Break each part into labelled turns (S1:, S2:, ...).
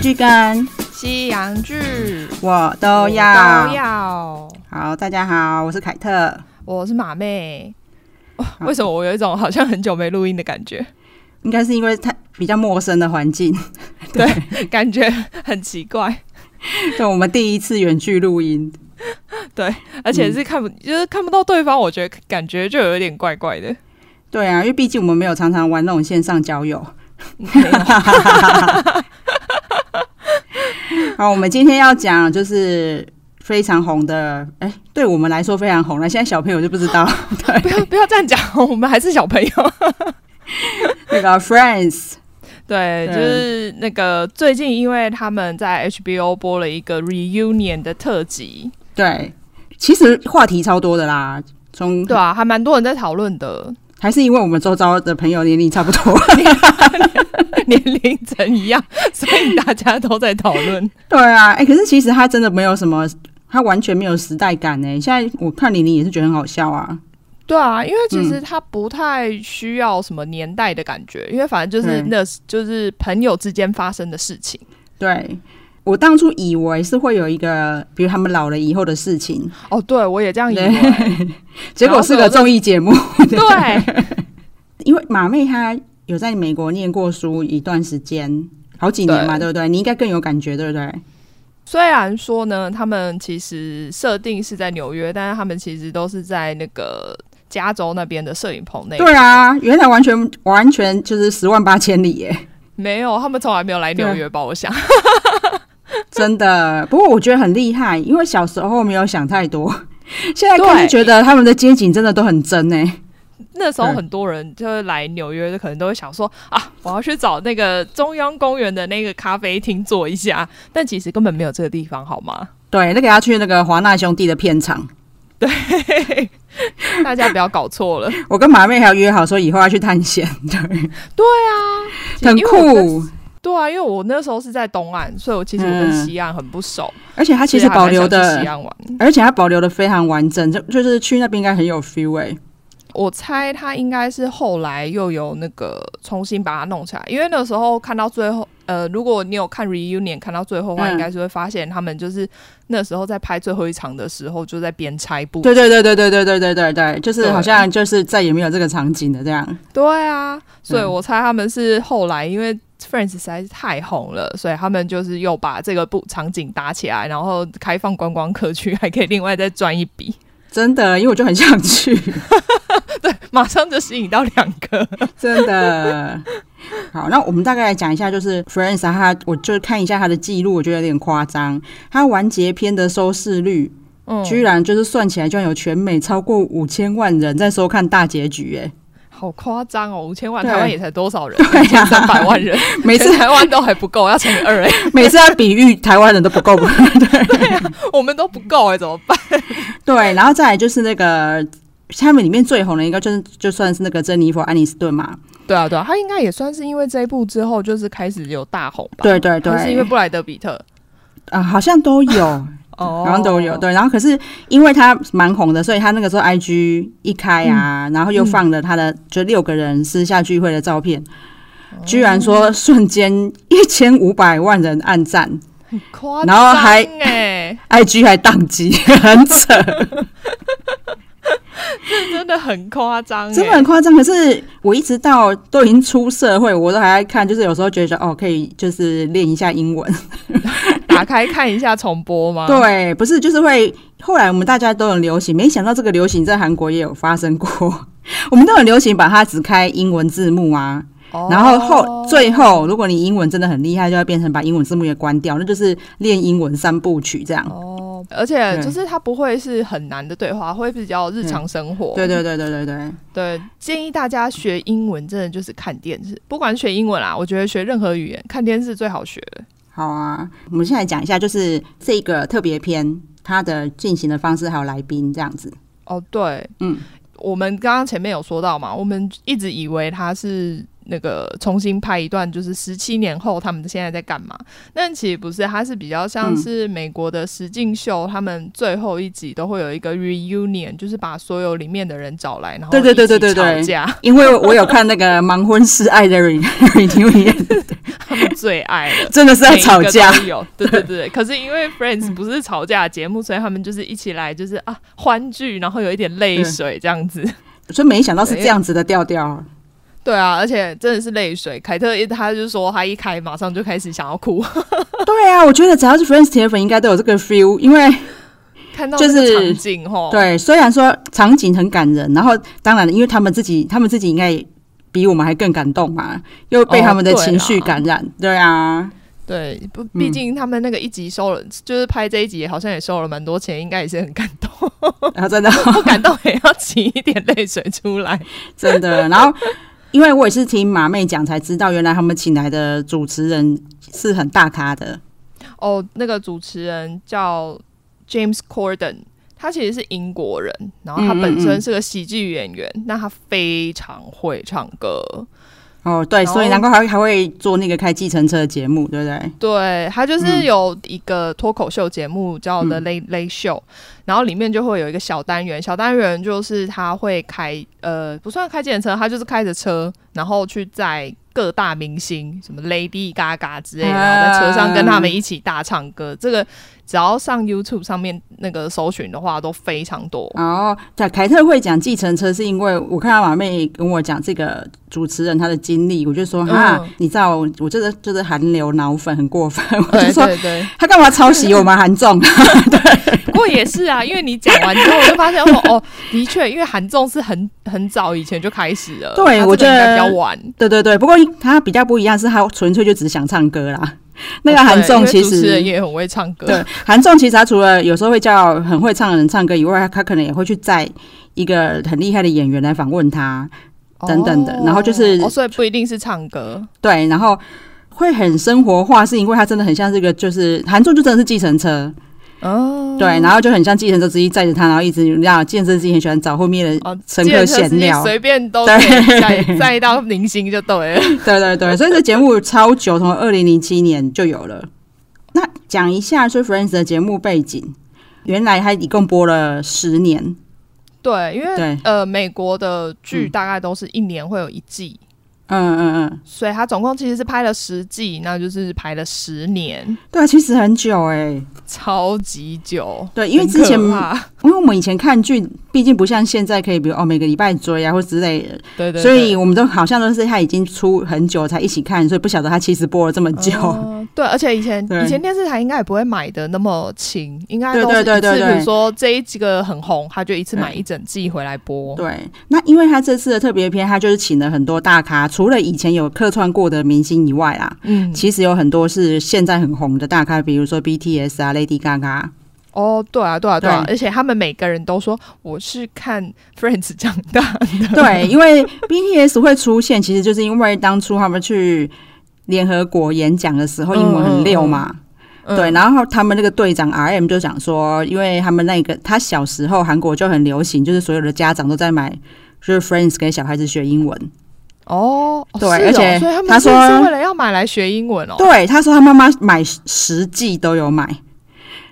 S1: 剧跟
S2: 西洋剧
S1: 我都
S2: 我
S1: 哦要。
S2: 都要。
S1: 好，大家好，我是凯特。
S2: 我是马妹。哇为什么我有一种好像很久没录音的感觉？
S1: 应该是因为太比较陌生的环境，
S2: 感觉很奇怪，
S1: 就我们第一次远距录音。
S2: 而且是看不，就是看不到对方，我觉得感觉就有点怪怪的。
S1: 对啊，因为毕竟我们没有常常玩那种线上交友。好，我们今天要讲就是非常红的，哎、对我们来说非常红了。现在小朋友就不知道
S2: 不要不要这样讲，我们还是小朋友。
S1: 那个 Friends，对
S2: 对，就是那个最近，因为他们在 HBO 播了一个 reunion 的特辑，
S1: 对，其实话题超多的啦。从
S2: 对啊，还蛮多人在讨论的，
S1: 还是因为我们周遭的朋友年龄差不多，
S2: 年龄层一样，所以大家都在讨论。
S1: 对啊，哎、可是其实他真的没有什么，他完全没有时代感呢。现在我看玲玲也是觉得很好笑啊，
S2: 对啊，因为其实它不太需要什么年代的感觉，因为反正就是
S1: 嗯
S2: 那、就是朋友之间发生的事情。
S1: 对。我当初以为是会有一个，比如他们老了以后的事情，
S2: 哦，对，我也这样以为。
S1: 对，结果是个综艺节目。
S2: 对，
S1: 因为马妹她有在美国念过书一段时间，好几年嘛，对不对？你应该更有感觉，对不对？
S2: 虽然说呢，他们其实设定是在纽约，但是他们其实都是在那个加州那边的摄影棚内。
S1: 对啊，原来完全完全就是十万八千里耶，
S2: 没有，他们从来没有来纽约吧？我想，
S1: 真的。不过我觉得很厉害，因为小时候没有想太多，现在更
S2: 对
S1: 是觉得他们的街景真的都很真欸呢。
S2: 那时候
S1: 对
S2: 很多人就是来纽约，可能都会想说啊，我要去找那个中央公园的那个咖啡厅坐一下，但其实根本没有这个地方，好吗？
S1: 对，那个要去那个华纳兄弟的片场，
S2: 大家不要搞 错了，
S1: 我跟马妹还有约好说以后要去探险， 对，很
S2: 因为我跟。
S1: 酷。
S2: 对啊，因为我那时候是在东岸，所以我其实我跟西岸很不熟。
S1: 嗯而且它其实
S2: 所以还蛮
S1: 保留
S2: 想去西
S1: 的，
S2: 岸玩，
S1: 而且它保留的非常完整，就就是去那边应该很有 feel 哎、
S2: 我猜他应该是后来又有那个重新把它弄起来，因为那时候看到最后，呃，如果你有看 reunion 看到最后的话，
S1: 嗯
S2: 应该是会发现他们就是那时候在拍最后一场的时候就在边拆布。
S1: 对对对对对对对对对对，就是
S2: 对
S1: 好像就是再也没有这个场景的这样。
S2: 对啊，所以
S1: 嗯
S2: 我猜他们是后来因为 Friends 实在是太红了，所以他们就是又把这个布场景搭起来，然后开放观光客去，还可以另外再赚一笔。
S1: 真的，因为我就很想去，
S2: 马上就吸引到两个。
S1: 真的。好，那我们大概来讲一下，就是 Friends 啊它，我就看一下它的记录，我觉得有点夸张。它完结篇的收视率
S2: 嗯，
S1: 居然就是算起来，居然有全美超过五千万人在收看大结局， 哎，
S2: 好夸张哦！五千万
S1: 对
S2: 台湾也才多少人？
S1: 对呀
S2: 三百万人，
S1: 每次
S2: 全台湾都还不够，要乘以 二哎、
S1: 每次他比喻台湾人都不够，
S2: 我们都不够哎、怎么办？
S1: 对，然后再来就是那个他们里面最红的，应该就是就算是那个珍妮佛·安妮斯顿嘛，
S2: 对啊，对啊，他应该也算是因为这一部之后，就是开始有大红吧？
S1: 对对对，
S2: 还是因为布莱德比特
S1: 啊、好像都有，
S2: 哦
S1: 好像都有，对。然后可是因为他蛮红的，所以他那个时候 IG 一开啊，然后又放了他的就六个人私下聚会的照片，居然说瞬间一千五百万人按赞
S2: 哦夸
S1: 然后
S2: 张
S1: 还
S2: 哎，
S1: ，IG 还宕机， 很扯，
S2: 这真的很夸张、欸，
S1: 真的很夸张。可是我一直到都已经出社会，我都还在看，就是有时候觉得哦，可以就是练一下英文。
S2: 打开看一下重播吗？，
S1: 对，不是就是会后来我们大家都很流行，没想到这个流行在韩国也有发生过。我们都很流行把它只开英文字幕啊，
S2: 哦
S1: 然后后最后，如果你英文真的很厉害，就要变成把英文字幕也关掉，那就是练英文三部曲这样。
S2: 哦，而且
S1: 对
S2: 就是它不会是很难的对话，会比较日常生活。
S1: 嗯对对对对对对，
S2: 对，建议大家学英文，真的就是看电视，不管学英文啦，我觉得学任何语言，看电视最好学的。
S1: 好啊，我们现在讲一下，就是这个特别篇它的进行的方式还有来宾这样子。
S2: 哦，对，
S1: 嗯，
S2: 我们刚刚前面有说到嘛，我们一直以为他是那个重新拍一段，就是十七年后他们现在在干嘛？但其实不是，它是比较像
S1: 嗯
S2: 是美国的实境秀，他们最后一集都会有一个 reunion，就是把所有里面的人找来，然后
S1: 对对对
S2: 一
S1: 对
S2: 起
S1: 对对
S2: 吵架，
S1: 因为我有看那个《盲婚试爱的 Reunion》，
S2: 他们最爱了。
S1: 真的是 在吵架
S2: 每一个都有，对对对。 可是因为 Friends 不是吵架的节目，所以他们就是一起来，就是啊欢聚，然后有一点泪水这样子。
S1: 所以没想到是这样子的调 调。
S2: 对啊，而且真的是泪水。凯特一他就说他一开马上就开始想要 哭，
S1: 对啊，我觉得只要是 Friends 铁粉应该都有这个 feel，因为
S2: 看到
S1: 就
S2: 这
S1: 是
S2: 个场景吼，
S1: 对，虽然说场景很感人，然后当然，因为他们自己，他们自己应该也比我们还更感动嘛，又被
S2: 哦
S1: 他们的
S2: 对
S1: 情绪
S2: 啦
S1: 感染。对啊，
S2: 对，不，
S1: 嗯
S2: 毕竟他们那个一集收了，就是拍这一集好像也收了蛮多钱，应该也是很感 动，
S1: 然后真的
S2: 不感动也要挤一点泪水出来。
S1: 真的，然后因为我也是听马妹讲才知道，原来他们请来的主持人是很大咖的。
S2: 哦，那个主持人叫 James Corden，他其实是英国人，然后他
S1: 嗯嗯
S2: 本
S1: 嗯
S2: 身是个喜剧演员，那他非常会唱歌，
S1: 哦，对，
S2: 然后哦
S1: 所以难怪还还会做那个开计程车的节目，对不对？
S2: 对他就是
S1: 嗯
S2: 有一个脱口秀节目叫
S1: 嗯
S2: The Late Late Show，、然后里面就会有一个小单元，小单元就是他会开呃不算开计程车，他就是开着车，然后去载各大明星，什么 Lady Gaga 之类的，
S1: 啊
S2: 然后在车上跟他们一起大唱歌。这个只要上 YouTube 上面那个搜寻的话，都非常多。
S1: 哦，对，凯特会讲计程车，是因为我看到马妹跟我讲这个主持人他的经历，我就说哈、
S2: 嗯
S1: 你知道我我就是就是韩流脑粉很过分，我 就
S2: 对
S1: 说
S2: 对对，
S1: 他干嘛抄袭我们韩综？
S2: 不过也是啊，因为你讲完之后，我就发现说，哦，的确，因为韩综是很很早以前就开始了，
S1: 对
S2: 他这个
S1: 我觉得
S2: 应该比较晚，
S1: 对对对，不过他比较不一样，是他纯粹就只想唱歌啦。那个
S2: 哦对
S1: 韩
S2: 因
S1: 综
S2: 为
S1: 其
S2: 主持人
S1: 实。
S2: 也很会唱歌，
S1: 对，韩综其实他除了有时候会叫很会唱的人唱歌以外，他他可能也会去载一个很厉害的演员来访问他，
S2: 哦
S1: 等等的然后就是
S2: 哦，所以不一定是唱歌，
S1: 对，然后会很生活化，是因为他真的很像这个，就是韩综就真的是计程车，
S2: 哦，
S1: 对，然后就很像计程车司机载着他，然后一直让健身司机很喜欢找后面的
S2: 哦，
S1: 乘客闲
S2: 计程车司
S1: 聊
S2: 机，随便都可
S1: 对
S2: 以载载到明星就对了。
S1: 对对 对，所以这节目超久，从二零零七年就有了。那讲一下是 Friends 的节目背景，原来它一共播了十年，
S2: 对，因为
S1: 对，
S2: 呃，美国的剧大概都是一年会有一季，
S1: 嗯嗯嗯，
S2: 所以它总共其实是拍了十季，那就是拍了十年，
S1: 对啊，其实很久哎、
S2: 超级久。
S1: 对，因为
S2: 很
S1: 之前
S2: 可怕
S1: 因为我们以前看剧，毕竟不像现在可以，比如哦每个礼拜追啊或之类的，
S2: 对对对，
S1: 所以我们都好像都是它已经出很久才一起看，所以不晓得它其实播了这么久。
S2: 哦对，而且以前
S1: 对
S2: 以前电视台应该也不会买的那么勤，应该
S1: 对
S2: 都是一次，
S1: 对对对对
S2: 比如说这一几个很红，他就一次买一整季回来播。
S1: 对，那因为他这次的特别篇，他就是请了很多大咖，除了以前有客串过的明星以外啦，
S2: 嗯，
S1: 其实有很多是现在很红的大咖，比如说 BTS 啊、Lady Gaga。
S2: 哦，对啊，对啊，对啊，
S1: 对
S2: 而且他们每个人都说我是看 Friends 长大 的，
S1: 对，因为 BTS 会出现，其实就是因为当初他们去联合国演讲的时候，英文很溜嘛。
S2: 嗯
S1: 对，然后他们那个队长 RM 就讲说，因为他们那个他小时候韩国就很流行，就是所有的家长都在买。就是 Friends 给小孩子学英文，
S2: 哦，哦
S1: 对
S2: 是哦
S1: 而且
S2: 所以他们
S1: 他
S2: 是
S1: 说
S2: 是为了要买来学英文哦，
S1: 对，他说他妈妈买十季都有买，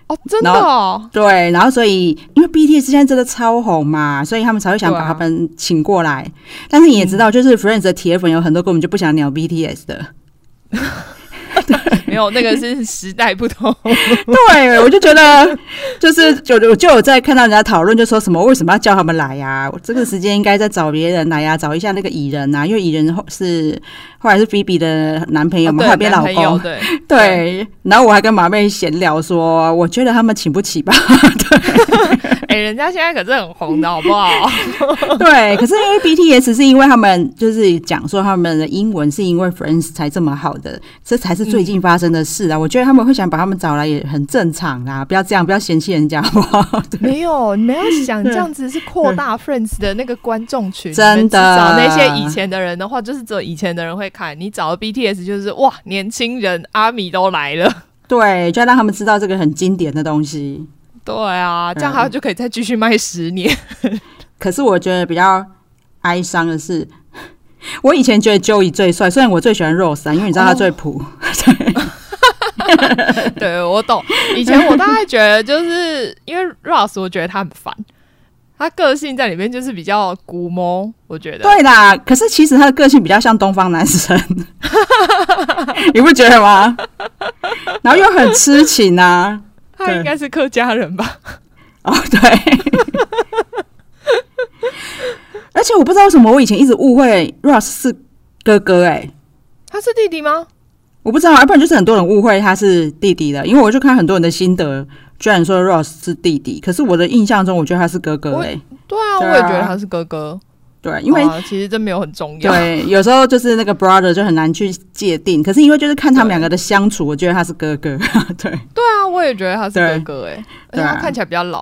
S2: 哦，真 的哦，
S1: 对，然后所以因为 BTS 现在真的超红嘛，所以他们才会想
S2: 对
S1: 把
S2: 啊嗯
S1: 他们请过来。但是你也知道，就是 Friends 的铁粉有很多根本就不想鸟 BTS 的。
S2: 没有那个是时代不同，
S1: 对，我就觉得就是就我就有在看到人家讨论，就说什么为什么要叫他们来呀、我这个时间应该再找别人来呀、找一下那个蚁人啊，因为蚁人后是后来是 Phoebe 的男朋友嘛，
S2: 哦对
S1: 后来变老
S2: 男朋友
S1: 公。
S2: 对，
S1: 对，然后我还跟马妹闲聊说，我觉得他们请不 起吧。
S2: 哎，人家现在可是很红的好 不好？
S1: 对，可是因为 BTS 是因为他们就是讲说他们的英文是因为 Friends 才这么好的，这才是最
S2: 嗯
S1: 近发生的事啊。我觉得他们会想把他们找来也很正常啦，不要这样，不要嫌弃人家好不好？ 对
S2: 没有，你们要想这样子是扩大 Friends 的那个观众群，
S1: 嗯真的
S2: 你们只找那些以前的人的话，就是只有以前的人会看。你找 BTS 就是哇，年轻人阿米都来了，
S1: 对，就要让他们知道这个很经典的东西。
S2: 对啊，
S1: 嗯
S2: 这样他就可以再继续卖十年。
S1: 可是我觉得比较哀伤的是。 我以前觉得 Joey 最帅，虽然我最喜欢 Rose 啊，因为你知道他最普。
S2: 对我懂，以前我大概觉得就是因为 Ross，我觉得他很烦，他个性在里面就是比较古摸，我觉得。
S1: 对啦，可是其实他的个性比较像东方男神。你不觉得吗？然后又很痴情啊，
S2: 他应该是客家人吧？
S1: 哦对。而且我不知道为什么我以前一直误会 Ross 是哥哥哎、
S2: 他是弟弟吗？
S1: 我不知道，要不然就是很多人误会他是弟弟的，因为我就看很多人的心得，居然说 Ross 是弟弟，可是我的印象中，我觉得他是哥哥
S2: 我
S1: 哎、
S2: 对啊，
S1: 对啊
S2: 我也觉得他是哥哥，
S1: 对，因为、
S2: 好啊其实这没有很重要。
S1: 对，有时候就是那个 brother 就很难去界定，可是因为就是看他们两个的相处，我觉得他是哥 哥。对，
S2: 对啊，我也觉得他是哥哥哎、而
S1: 对
S2: 且
S1: 啊
S2: 他看起来比较老，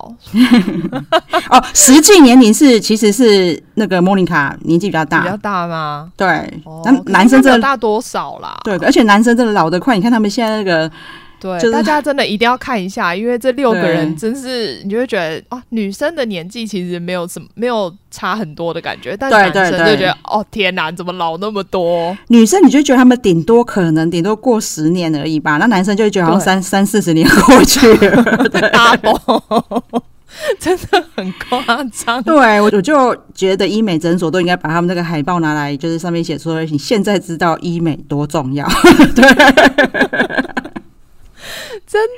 S1: 哦，实际年龄是其实是那个莫妮卡年纪比较
S2: 比较
S1: 大，
S2: 大吗？
S1: 对
S2: 哦，，
S1: 男、
S2: 可是
S1: 男生
S2: 应该没
S1: 真
S2: 有
S1: 的
S2: 大多少啦？
S1: 对，而且男生真的老得快，你看他们现在那个
S2: 对，
S1: 就是
S2: 大家真的一定要看一下，因为这六个
S1: 对
S2: 人真是，你就会觉得啊，女生的年纪其实没有什么没有差很多的感觉，但
S1: 对
S2: 男生
S1: 对对
S2: 就觉得哦天哪，怎么老那么多？
S1: 女生，你就觉得他们顶多可能顶多过十年而已吧，那男生就会觉得好像
S2: 对
S1: 三三四十年过去了。
S2: double，真 的很夸 张。
S1: 对，我我就觉得医美诊所都应该把他们那个海报拿来，就是上面写说你现在知道医美多重 要。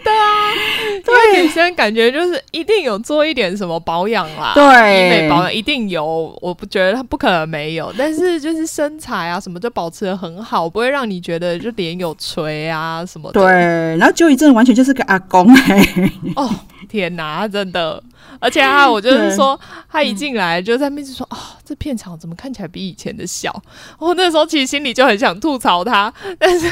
S2: 因为女生感觉就是一定有做一点什么保养啦，
S1: 对
S2: 医美保养一定有，我不觉得她不可能没有。但是就是身材啊什么就保持的很好，不会让你觉得就脸有垂啊什么的。
S1: 对，然后就一阵完全就是个阿公哎、
S2: 哦，天哪，真的！而且啊，我就 是说，他一进来就在那边就说：“哦，这片场怎么看起来比以前的小？” 我、那时候其实心里就很想吐槽他， 但 是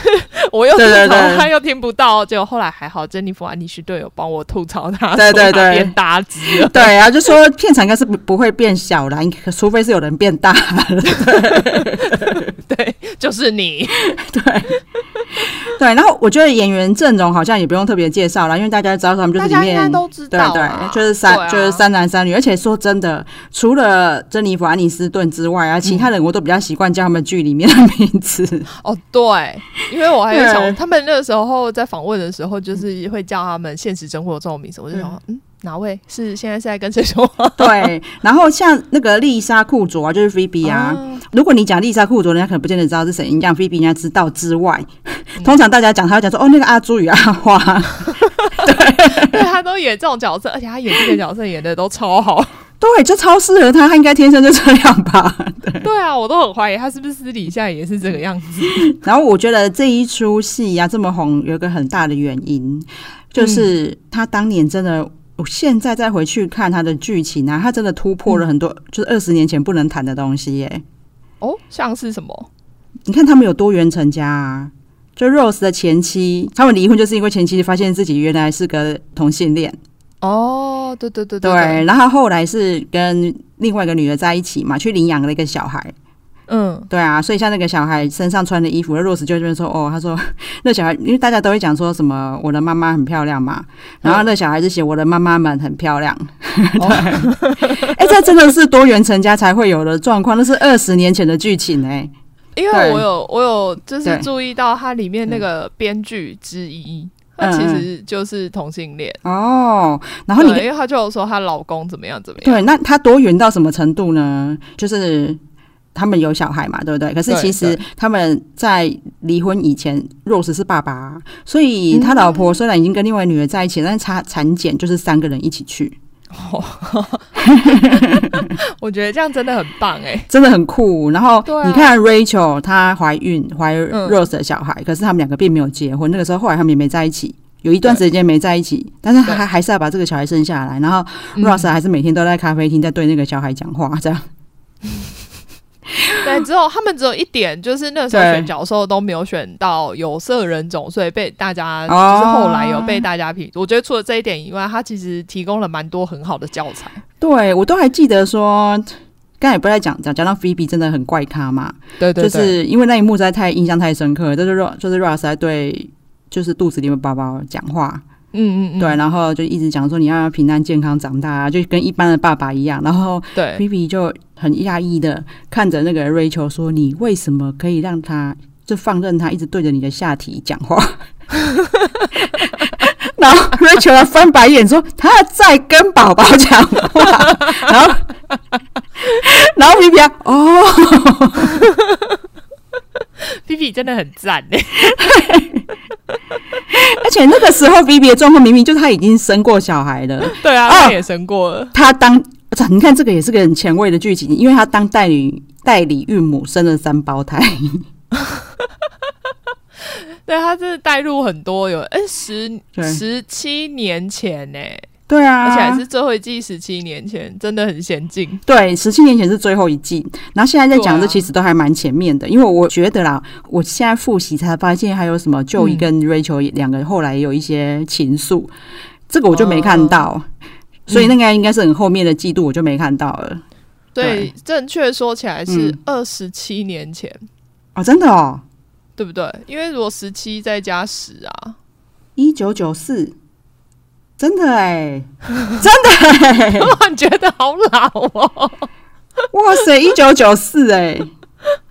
S2: 我又吐槽
S1: 对对对
S2: 他又听不到，结果后来还好，珍妮弗安妮是队友帮我吐槽他，
S1: 对对
S2: 说他
S1: 对
S2: 变大只了。
S1: 对啊，然后就说片场应该是不不会变小啦，应该除非是有人变大。
S2: 对，就是你，
S1: 对，然后我觉得演员阵容好像也不用特别介绍啦，因为大家知道他们就是
S2: 大
S1: 里
S2: 家应该
S1: 面。
S2: 都知
S1: 对
S2: 道啦
S1: 对，就是三、
S2: 对啊
S1: 就是三男三女，而且说真的，除了珍妮弗·安妮斯顿之外啊，其他人我都比较习惯叫他们剧里面的名字。
S2: 哦，对，因为我还有
S1: 对嗯
S2: 想，他们那个时候在访问的时候，就是会叫他们现实生活中的名字，我就想说，嗯，哪位是现在是在跟谁说话？
S1: 对，然后像那个丽莎·库卓啊，就是 Phoebe 啊，
S2: 啊
S1: 如果你讲丽莎库卓，人家可能不见得知道是谁，你讲菲比，人家知道之外，通常大家讲，他会讲说哦，那个阿朱与阿花，
S2: 对他都演这种角色，而且他演这个角色演的都超 好。
S1: 对，就超适合他，他应该天生就这样吧。
S2: 对啊，我都很怀疑他是不是私底下也是这个样子。
S1: 然后我觉得这一出戏呀、这么红，有一个很大的原因，就是他当年真的。我现在再回去看他的剧情啊，他真的突破了很多，就是二十年前不能谈的东西耶、
S2: 哦，像是什么？
S1: 你看他们有多元成家啊，就 Rose 的前妻，他们离婚就是因为前妻发现自己原来是个同性恋，
S2: 哦，对对对
S1: 对，，然后后来是跟另外一个女的在一起嘛，去领养了一个小孩。
S2: 嗯，
S1: 对啊，所以像那个小孩身上穿的衣服，那 Rose 就这边说，哦，他说那小孩，因为大家都会讲说什么我的妈妈很漂亮嘛，然后那小孩就写我的妈妈们很漂亮。
S2: 哦
S1: 哎、这真的是多元成家才会有的状况，那是二十年前的剧情哎、
S2: 因
S1: 对
S2: 为我有我有就是
S1: 对嗯
S2: 注意到他里面那个编剧之一，他其实就是同性恋。
S1: 哦，嗯然后
S2: 对，
S1: 你
S2: 因为他就有说她老公怎么样怎么样。
S1: 对，那他多元到什么程度呢？就是他们有小孩嘛，对不对？可是
S2: 对
S1: 其实
S2: 对
S1: 他们在离婚以前，Rose 是爸爸
S2: 嗯
S1: 啊，所以他老婆虽然已经跟另外女人在一起，但是他产检就是三个人一起去，
S2: 我觉得这样真的很棒哎、
S1: 真的很酷。然后
S2: 对啊
S1: 你看 Rachel 她怀孕怀
S2: 嗯
S1: Rose 的小孩，可是他们两个并没有结婚，那个时候后来他们也没在一起。有一段时间没在一起，但是他
S2: 对
S1: 还还是要把这个小孩生下来，然后
S2: 嗯
S1: Rose 还是每天都在咖啡厅在对那个小孩讲话，这样
S2: 对，只有他们只有一点，就是那时候
S1: 对
S2: 选角的时候都没有选到有色人种，所以被大家就
S1: 哦
S2: 是后来有被大家批。我觉得除了这一点以外，他其实提供了蛮多很好的教材。
S1: 对我都还记得说，刚才也不在讲讲讲到 Phoebe 真的很怪咖嘛，
S2: 对对对，
S1: 就是因为那一幕实在太印象太深刻了，就是 Ro- 就是 Ross 在对就是肚子里面宝宝讲话，
S2: 嗯嗯嗯，
S1: 对，然后就一直讲说你要平安健康长大啊，就跟一般的爸爸一样，然后
S2: 对
S1: Phoebe 就很压抑的看着那个 Rachel 说，你为什么可以让他就放任他一直对着你的下体讲话？ 然后 Rachel 要翻白眼说他在跟宝宝讲话， 然后然后 Phoebe 啊哦，
S2: ，P P 真的很赞哎、
S1: 而且那个时候 B B 的状况明明就是她已经生过小孩了，
S2: 对啊，
S1: 哦
S2: 他也生过了，
S1: 她当你看这个也是个很前卫的剧情，因为她当代理代理孕母生了三胞胎，
S2: 对他真的带入很多有哎十
S1: 对
S2: 十七年前呢、
S1: 对啊，
S2: 而且还是最后一季十七年前，真的很先进。
S1: 对，十七年前是最后一季，然后现在在讲
S2: 对
S1: 这
S2: 啊
S1: 其实都还蛮前面的，因为我觉得啦，我现在复习才发现还有什么 Joey
S2: 嗯
S1: 跟 Rachel 也两个后来有一些情愫，这个我就没看到，所以那个应该是很后面的季度我就没看到了。
S2: 对，正确说起来是
S1: 嗯
S2: 二十七年前，
S1: 哦，真的哦，
S2: 对不对？因为如果十七再加十啊，
S1: 一九九四，真的哎，
S2: 突然觉得好老哦，
S1: 哇塞，一九九四哎，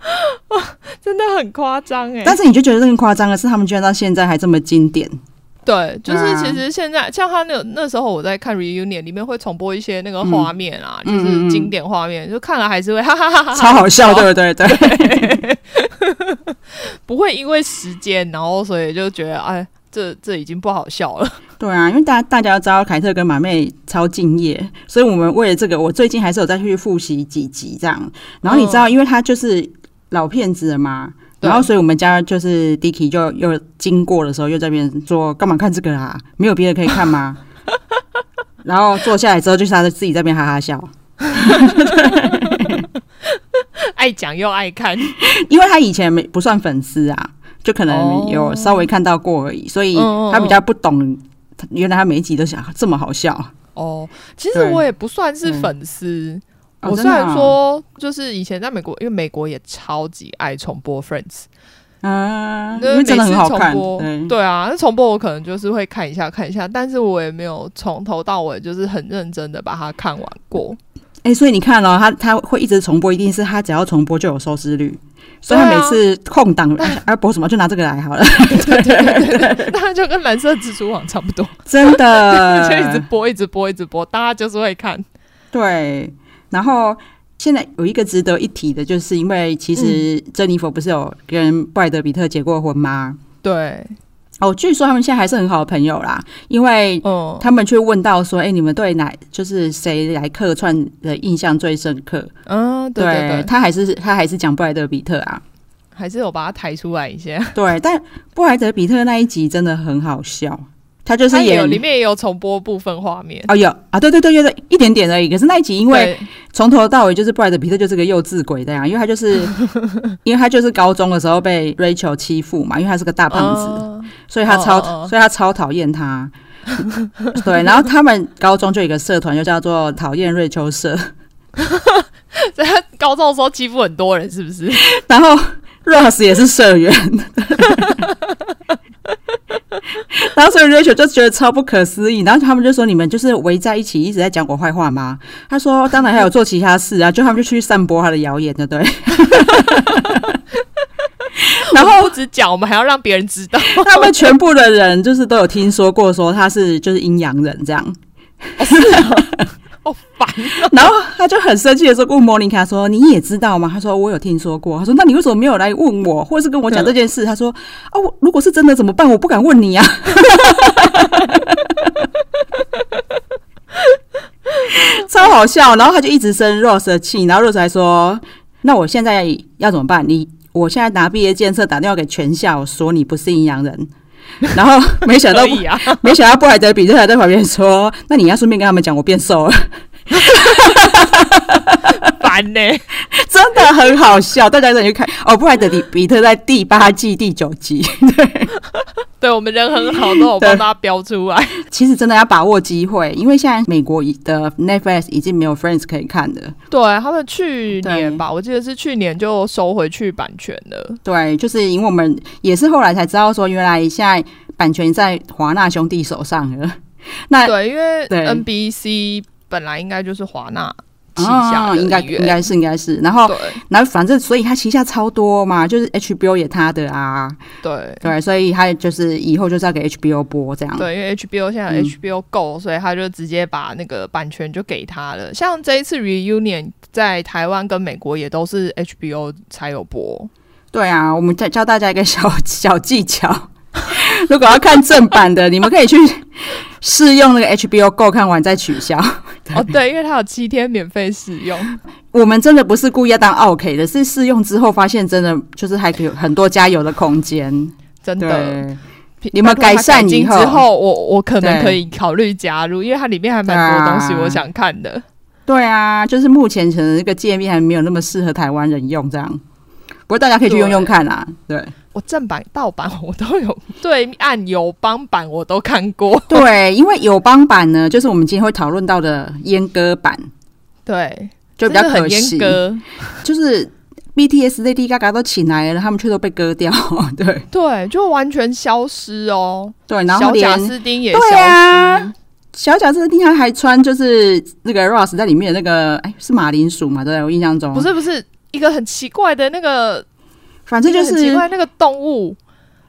S2: 真的很夸张哎。
S1: 但是你就觉得更夸张的是，他们居然到现在还这么经典。
S2: 对，嗯就
S1: 对
S2: 是
S1: 啊
S2: 其实现在像他那那时候我在看 reunion 里面会重播一些那个
S1: 嗯
S2: 画面啊，
S1: 嗯嗯
S2: 就是
S1: 嗯
S2: 经典画面，就看了还是会哈 哈哈哈
S1: 超好笑，对不对？对，
S2: 不会因为时间，然后所以就觉得哎，这这已经不好笑了。
S1: 对啊，因为大家大家都知道凯特跟马妹超敬业，所以我们为了这个，我最近还是有再去复习几集这样。然后你知道，因为他就是老骗子了嘛，
S2: 哦对
S1: 然后所以我们家就是 Dicky 就又经过的时候，又在那边说干嘛看这个啊？没有别的可以看吗？ 然后坐下来之后，就是他自己在那边哈哈笑，
S2: 爱讲又爱看，
S1: 因为他以前没不算粉丝啊，就可能有
S2: 哦
S1: 稍微看到过而已，所以
S2: 嗯嗯嗯
S1: 他比较不懂，他原来他每一集都想这么好笑。
S2: 哦，其实
S1: 对
S2: 我也不算是粉丝。
S1: 哦
S2: 我
S1: 真
S2: 虽
S1: 的
S2: 然
S1: 啊
S2: 说，就是以前在美国，因为美国也超级爱重播 Friends，
S1: 啊，因
S2: 就是
S1: 为
S2: 嗯每
S1: 真
S2: 次
S1: 的很好
S2: 重
S1: 看，
S2: 播
S1: 对
S2: 对啊，那重播我可能就是会看一下看一下，但是我也没有从头到尾就是很认真的把它看完 过。
S1: 哎、所以你看哦，他他会一直重播，一定是他只要重播就有收视率，所以他
S2: 对
S1: 每
S2: 啊
S1: 次空档 哎要播什么就拿这个来好了，
S2: 对对对对对，那就跟蓝色蜘蛛网差不多，
S1: 真
S2: 就一直
S1: 的，
S2: 播一直播一直播，大家就是会看。
S1: 对。然后现在有一个值得一提的，就是因为其实
S2: 嗯
S1: 珍妮佛不是有跟布莱德比特结过婚吗？
S2: 对，
S1: 哦，据说他们现在还是很好的朋友啦，因为
S2: 嗯，
S1: 他们去问到说，哎、你们对哪就是谁来客串的印象最深刻？
S2: 嗯，对对对，
S1: 他还是他还是讲布莱德比特啊，
S2: 还是有把它抬出来一些。
S1: 对，但布莱德比特那一集真的很好笑，他 就
S2: 它
S1: 是
S2: 也有
S1: 演
S2: 里面也有重播部分画面，
S1: 哦有啊，对对对对对，一点点而已。可是那一集因为
S2: 对
S1: 从头到尾就是布莱德比特就是个幼稚鬼这样，因为他就是 因为他就是高中的时候被 Rachel 欺负嘛，因为他是个大胖子，
S2: 嗯
S1: 所以他超、
S2: 哦哦哦
S1: 所以他超讨厌他。 对，然后他们高中就有一个社团，就叫做讨厌瑞秋社，
S2: 在他高中的时候欺负很多人，是不是？
S1: 然后 Ross 也是社员，然后所以 Rachel 就觉得超不可思议，然后他们就说你们就是围在一起一直在讲我坏话吗？他说哦当然还有做其他事啊，就他们就去散播他的谣言，对不对？然
S2: 我们
S1: 后
S2: 不止讲，我们还要让别人知 道。
S1: 他们全部的人就是都有听说过，说他是就是阴阳人这样，
S2: 好 烦哦！
S1: 然后他就很生气的说问莫妮卡说：“你也知道吗？”他说：“我有听说过。”他说：“那你为什么没有来问我，或者是跟我讲这件事？”他说：“哦，我如果是真的怎么办？我不敢问你啊。”超好笑，然后他就一直生 Rose 的气，然后 Rose 还说：“那我现在要怎么办？你我现在拿毕业建设打电话给全校，说你不是阴阳人。”然后没想到
S2: 可 以啊，
S1: 没想到布莱德比特还在旁边说：“那你要顺便跟他们讲，我变瘦了。”
S2: 烦呢、
S1: 真的很好笑，大家等去看哦。布莱德比比特在第八季第九集，
S2: 对我们人很好，都有帮大家标出来。
S1: 其实真的要把握机会，因为现在美国的 Netflix 已经没有 Friends 可以看了。
S2: 对他们去年吧，我记得是去年就收回去版权了。
S1: 对，就是因为我们也是后来才知道说，原来现在版权在华纳兄弟手上 了。那
S2: 哎对，因为
S1: 对
S2: NBC 本来应该就是华纳旗下
S1: 啊，
S2: 的
S1: 应该
S2: 一员
S1: 应该是应该是，然后
S2: 对
S1: 然后反正所以他旗下超多嘛，就是 HBO 也他的啊，
S2: 对
S1: 对，所以他就是以后就是要给 HBO 播这样。
S2: 对，因为 HBO 现在有
S1: 嗯
S2: HBO Go，、所以他就直接把那个版权就给他了。像这一次 Reunion 在台湾跟美国也都是 HBO 才有播，
S1: 对啊，我们再教大家一个小小技巧， 如果要看正版的，你们可以去试用那个 HBO Go 看完再取消。
S2: 哦，对，因为它有七天免费使用。
S1: 我们真的不是故意要当 OK 的，是试用之后发现真的就是还可以有很多加油的空间。
S2: 真的，
S1: 对，
S2: 平
S1: 你们
S2: 拜托它
S1: 改善
S2: 进
S1: 以后
S2: 之后，我我可能
S1: 对
S2: 可以考虑加入，因为它里面还蛮多东西
S1: 对啊
S2: 我想看的。
S1: 对啊，就是目前可能这个界面还没有那么适合台湾人用这样。不过大家可以去用用看啊，对
S2: 我正版、盗版我都有，对岸友邦版我都看过。
S1: 对，因为友邦版呢，就是我们今天会讨论到的阉割版，
S2: 对，
S1: 就比较
S2: 真的
S1: 可
S2: 很
S1: 惜
S2: 严，格。
S1: 就是 BTS、Lady Gaga 都请来了，他们却都被割掉， 对
S2: 对，就完全消失哦。
S1: 对，然后
S2: 小贾
S1: 连
S2: 斯汀也消
S1: 对啊
S2: 失，
S1: 小贾斯汀还还穿就是那个 Ross 在里面的那个，哎，是马铃薯嘛？对不对，我印象中
S2: 不，是不是一个很奇怪的那个，
S1: 反正就
S2: 一个很奇
S1: 是
S2: 怪那个 动物。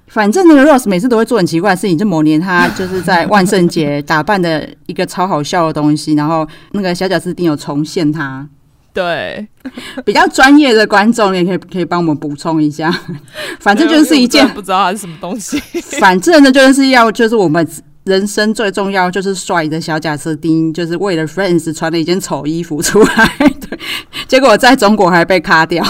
S1: 反正那个 Rose 每次都会做很奇怪的事情，就某年他就是在万圣节打扮的一个超好笑的东西，然后那个小贾斯汀有重现他。
S2: 对，
S1: 比较专业的观众也可以可以帮我们补充一下， 反正就是一件
S2: 因为我真的，不知道它是什么 东西。
S1: 反正呢就是要就是我们人生最重要就是帅的小贾斯汀，就是为了 Friends 穿了一件丑衣服出来，对，结果在中国还被卡掉，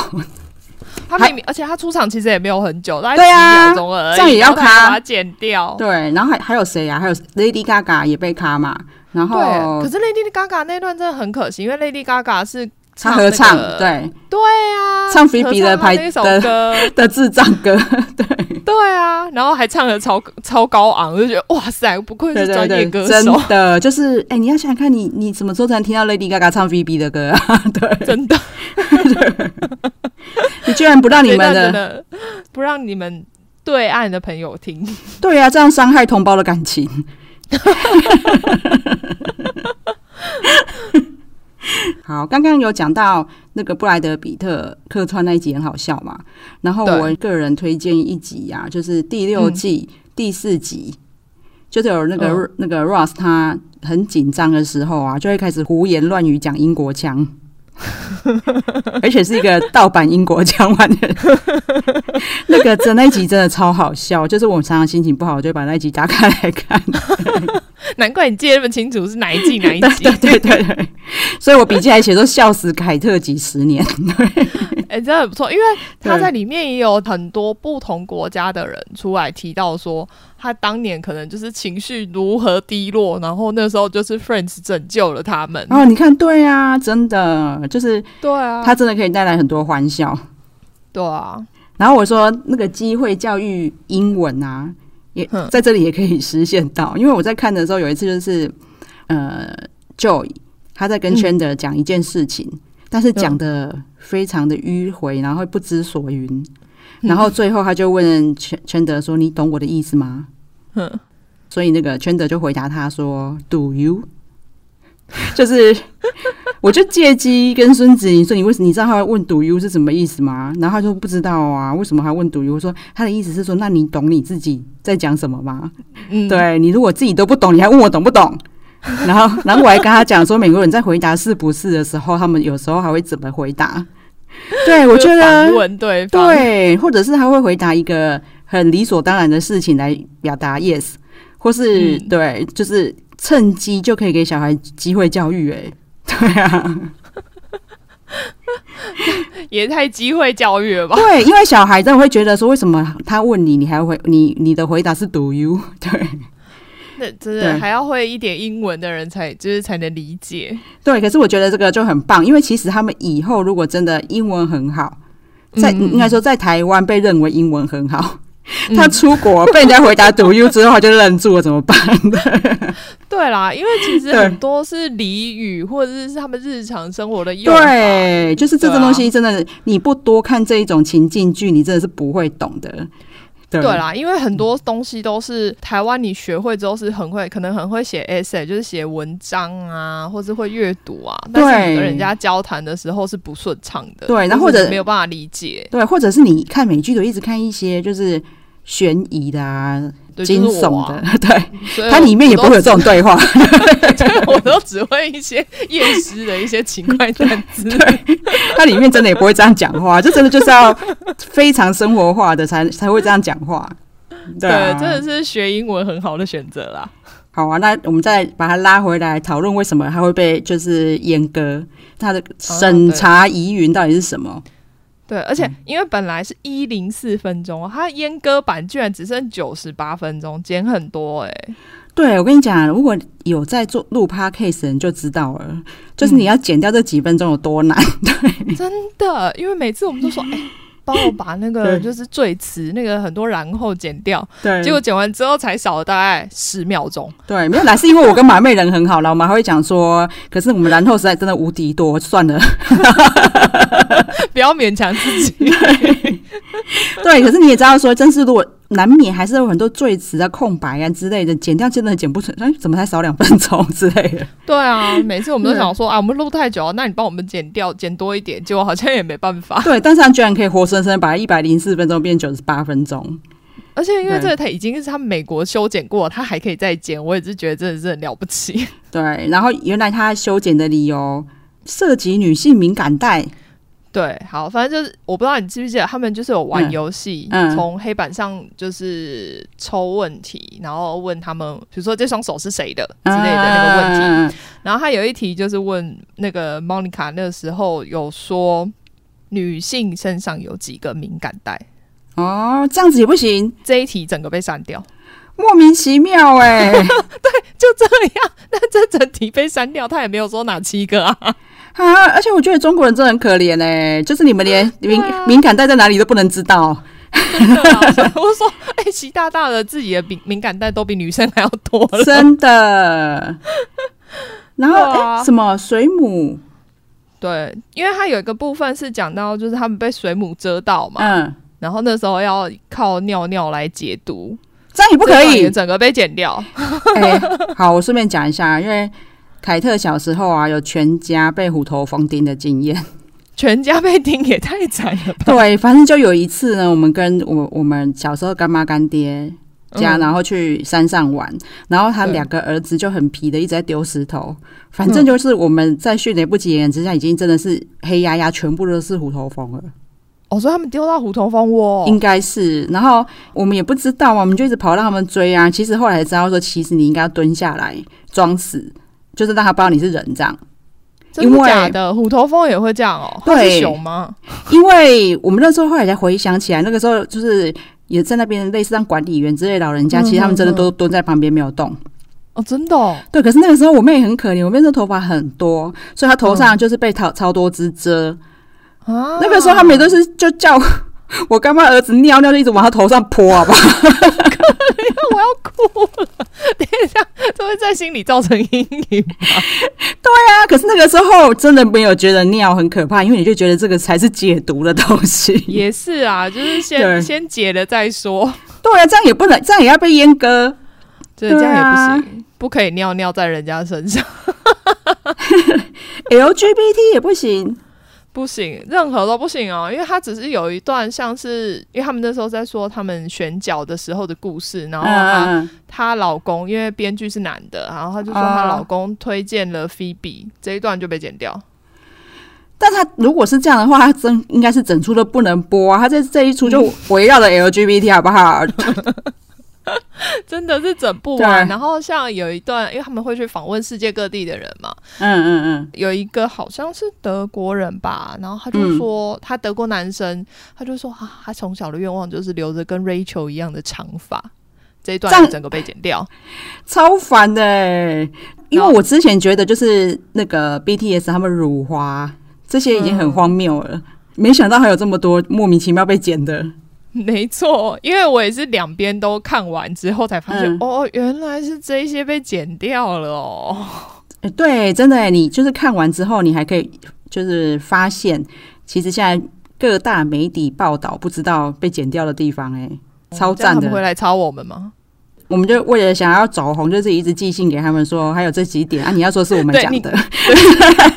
S2: 哦他明明，而且他出场其实也没有很久，大概
S1: 对啊
S2: 几秒钟而已，
S1: 这样也要
S2: 然后他
S1: 卡
S2: 把它剪掉。
S1: 对，然后还还有谁啊？还有 Lady Gaga 也被卡嘛，然后
S2: 对，可是 Lady Gaga 那段真的很可惜，因为 Lady Gaga 是
S1: 他合唱
S2: 唱那个
S1: 对
S2: 对啊，
S1: 唱 Phoebe 的
S2: 合唱她
S1: 牌
S2: 那首
S1: 的
S2: 歌，
S1: 的智障歌，
S2: 对啊，然后还唱的超超高昂，就觉得哇塞，不愧
S1: 对
S2: 是
S1: 对
S2: 专
S1: 对，
S2: 业歌
S1: 真
S2: 手，
S1: 的就是哎、你要想想看你你什么时候才能听到 Lady Gaga 唱 VB 的歌啊？ 对
S2: 真的，
S1: 你居然不让你
S2: 这
S1: 们
S2: 段真
S1: 的
S2: 的不让你们对岸的朋友听。
S1: 对啊，这样伤害同胞的感情。好，刚刚有讲到那个布莱德比特客串那一集很好笑嘛，然后
S2: 对
S1: 我个人推荐一集啊，就是第六季、第四集，就是有那个、
S2: 嗯
S1: 那个 Ross 他很紧张的时候啊，就会开始胡言乱语讲英国腔， 而且是一个盗版英国腔完全 那个真那一集真的超好笑，就是我常常心情不好，我就会把那一集打开来看。
S2: 难怪你记得那么清楚是哪一季哪一 集。
S1: 对对对对，所以我笔记还写说笑死凯特几十 年。
S2: 哎、真的很不错，因为他
S1: 对
S2: 在里面也有很多不同国家的人出来提到说，他当年可能就是情绪如何低落，然后那时候就是 Friends 拯救了他们。
S1: 哦，你看，对啊，真的就是
S2: 对啊，
S1: 它真的可以带来很多欢笑。
S2: 对啊，
S1: 然后我说那个机会教育英文啊，也
S2: 嗯
S1: 在这里也可以实现到，因为我在看的时候有一次就是，呃，Joy 他在跟
S2: 嗯
S1: Chandler 讲一件事情，但是讲的非常的迂回，然后不知所云，
S2: 嗯
S1: 然后最后他就问 Ch- Chandler 说：“你懂我的意思吗？”
S2: 嗯，
S1: 所以那个圈德就回答他说：“Do you？” 就是，我就借机跟孙子怡说：“你为什你知道他会问 ‘Do you’ 是什么意思吗？”然后他说：“不知道啊，为什么还问 ‘Do you’？” 我说：“他的意思是说，那你懂你自己在讲什么吗？
S2: 嗯，
S1: 对你如果自己都不懂，你还问我懂不懂？”然后， 然后我还跟他讲说，美国人在回答是不是的时候，他们有时候还会怎么回答？对我
S2: 就
S1: 觉得
S2: 反问对方，
S1: 对，或者是他会回答一个很理所当然的事情来表达 yes，或是、
S2: 嗯
S1: 对，就是趁机就可以给小孩机会教育、欸。对啊，
S2: 也太机会教育了吧？
S1: 对，因为小孩真的会觉得说，为什么他问你，你还回你你的回答是 do you？对
S2: 那真
S1: 对
S2: 的还要会一点英文的人才，就是才能理解。
S1: 对，可是我觉得这个就很棒，因为其实他们以后如果真的英文很好，在、
S2: 嗯
S1: 应该说在台湾被认为英文很好，
S2: 嗯
S1: 他出国被人家回答 do you 之后，他就愣住了，怎么 办？
S2: 对啦，因为其实
S1: 对
S2: 很多是俚语或者是他们日常生活的用法。
S1: 对，就是这
S2: 对
S1: 种
S2: 啊
S1: 东西，真的、你不多看这一种情境剧，你真的是不会懂的。对
S2: 对啦，因为很多东西都是台湾，你学会之后是很会，可能很会写 essay，就是写文章啊，或是会阅读啊，但是你跟人家交谈的时候是不顺畅的，
S1: 对然后或
S2: 是
S1: 者
S2: 你没有办法理解，
S1: 对，或者是你看美剧都一直看一些就是悬疑的啊，
S2: 对，
S1: 惊
S2: 就是我
S1: 悚
S2: 啊，
S1: 的， 对，
S2: 所以
S1: 它
S2: 我
S1: 里面也不会有这种对话，
S2: 我都我都只会一些验尸的一些勤快单 词。
S1: 它里面真的也不会这样讲话，就真的就是要 非常生活化的才才会这样讲话。对啊，
S2: 真的是学英文很好的选择啦。
S1: 好啊，那我们再把它拉回来讨论为什么它会被就是阉割，它的审查疑云到底是什么？
S2: 对，而
S1: 嗯
S2: 且因为本来是一零四分钟，它阉割版居然只剩九十八分钟，减很多哎、
S1: 对我跟你讲，如果有在做录 podcast 的人就知道了，就是你要剪掉这几分钟有多难。
S2: 真的，因为每次我们都说，哎、帮我把那个
S1: 对嗯
S2: 就是最词那个很多然后剪掉，
S1: 对，
S2: 结果剪完之后才少了大概十秒钟。
S1: 对，没有啦，是因为我跟马妹人很好啦，我们还会讲说，可是我们然后实在真的无敌多，算了。
S2: 不要勉强自己。
S1: 对，可是你也知道说，真是如果难免还是有很多赘词啊、空白啊之类的，剪掉真的剪不出，哎，怎么才少两分钟之类 的？
S2: 对啊，每次我们都想说啊，我们录太久了，那你帮我们剪掉，剪多一点，结果好像也没办法。
S1: 对，但是他居然可以活生生把一百零四分钟变九十八分钟，
S2: 而且因为
S1: 对
S2: 这个它已经是他美国修剪过，他还可以再剪，我也是觉得真的是很了不起。
S1: 对，然后原来他修剪的理由涉及女性敏感带，
S2: 对，好，反正就是我不知道你记不记得，他们就是有玩
S1: 嗯
S2: 游戏，
S1: 嗯
S2: 从、黑板上就是抽问题，然后问他们，比如说这双手是谁的
S1: 啊
S2: 之类的那个问题。
S1: 嗯
S2: 然后他有一题就是问那个 Monica 那时候有说女性身上有几个敏感带，
S1: 哦，这样子也不行，
S2: 这一题整个被删掉，
S1: 莫名其妙哎、
S2: 就这样。那这整题被删掉，他也没有说哪七个 啊。
S1: 啊！而且我觉得中国人真的很可怜哎、就是你们连敏、敏感带在哪里都不能知道。
S2: 真的啊 我说，哎、习大大的自己的敏敏感带都比女生还要多 了。
S1: 真的。然后
S2: 对啊
S1: 哎、诶什么水母？
S2: 对，因为他有一个部分是讲到，就是他们被水母遮到嘛，
S1: 嗯，
S2: 然后那时候要靠尿尿来解毒，
S1: 这样也不
S2: 不
S1: 可以。
S2: 整个被剪掉。
S1: 哎、好，我顺便讲一下，因为凯特小时候啊，有全家被虎头蜂叮的经 验。
S2: 全家被叮也太惨了吧！
S1: 对，反正就有一次呢，我们跟我我们小时候干妈干爹家，
S2: 嗯
S1: 然后去山上玩，然后他们
S2: 对
S1: 两个儿子就很皮的一直在丢石头，反正就是我们在迅雷不及掩耳之下，已经真的是黑压压，全部都是虎头蜂了。
S2: 我哦说他们丢到虎头蜂窝哦
S1: 应该是。然后我们也不知道嘛，我们就一直跑让他们追啊。其实后来才知道说，其实你应该要蹲下来装死，就是让他不知道你是人这样。
S2: 真
S1: 因
S2: 的
S1: 为
S2: 假的？虎头蜂也会这样哦？它是
S1: 对
S2: 熊吗？
S1: 因为我们那时候后来才回想起来，那个时候就是也在那边类似像管理员之类的老人家，
S2: 嗯
S1: 其实他们真的
S2: 嗯
S1: 都蹲在旁边没有动。
S2: 哦，真的、哦，
S1: 对，可是那个时候我妹很可怜，我妹那头发很多，所以她头上就是被超超多只遮。
S2: 啊，
S1: 那个时候她每都是就叫我 干妈儿子尿尿，就一直往她头上泼，啊好不好？
S2: 我要哭了， 等一下，这会在心里造成阴 影。
S1: 啊，可是那个时候真的没有觉得尿很可怕，因为你就觉得这个才是解毒的东西。
S2: 也是啊，就是先
S1: 对
S2: 先解了再说，
S1: 对啊，这样也不能，这样也要被阉割。
S2: 对，
S1: 对啊
S2: 这样也不行，不可以尿尿在人家身上，
S1: LGBT 也不行。
S2: 不行，任何都不行哦，因为他只是有一段像是，因为他们那时候在说他们选角的时候的故事，然后她
S1: 嗯嗯
S2: 她老公因为编剧是男的，然后她就说她
S1: 哦
S2: 老公推荐了菲比，这一段就被剪掉。
S1: 但他如果是这样的话，他真应该是整出都不能播啊！他在这一出就围绕着 LGBT 好不好？
S2: 真的是整不完。
S1: 对
S2: 然后像有一段，因为他们会去访问世界各地的人嘛，
S1: 嗯嗯
S2: 有一个好像是德国人吧，然后他就说、他德国男生，他就说啊，他从小的愿望就是留着跟 Rachel 一样的长发。这一
S1: 这
S2: 段
S1: 样
S2: 整个被剪掉，
S1: 嗯，超烦的欸、因为我之前觉得就是那个 BTS 他们辱华这些已经很荒谬了，没想到还有这么多莫名其妙被剪的。
S2: 没错，因为我也是两边都看完之后才发现，
S1: 嗯
S2: 哦，原来是这一些被剪掉了哦。
S1: 欸对，真的欸，你就是看完之后，你还可以就是发现，其实现在各大媒体报道不知道被剪掉的地方、欸，哎，超
S2: 哦这
S1: 赞
S2: 样他们会
S1: 的。
S2: 来抄我们吗？
S1: 我们就为了想要走红，就自己一直寄信给他们说，还有这几点啊，你要说是我们
S2: 对
S1: 讲
S2: 你
S1: 的，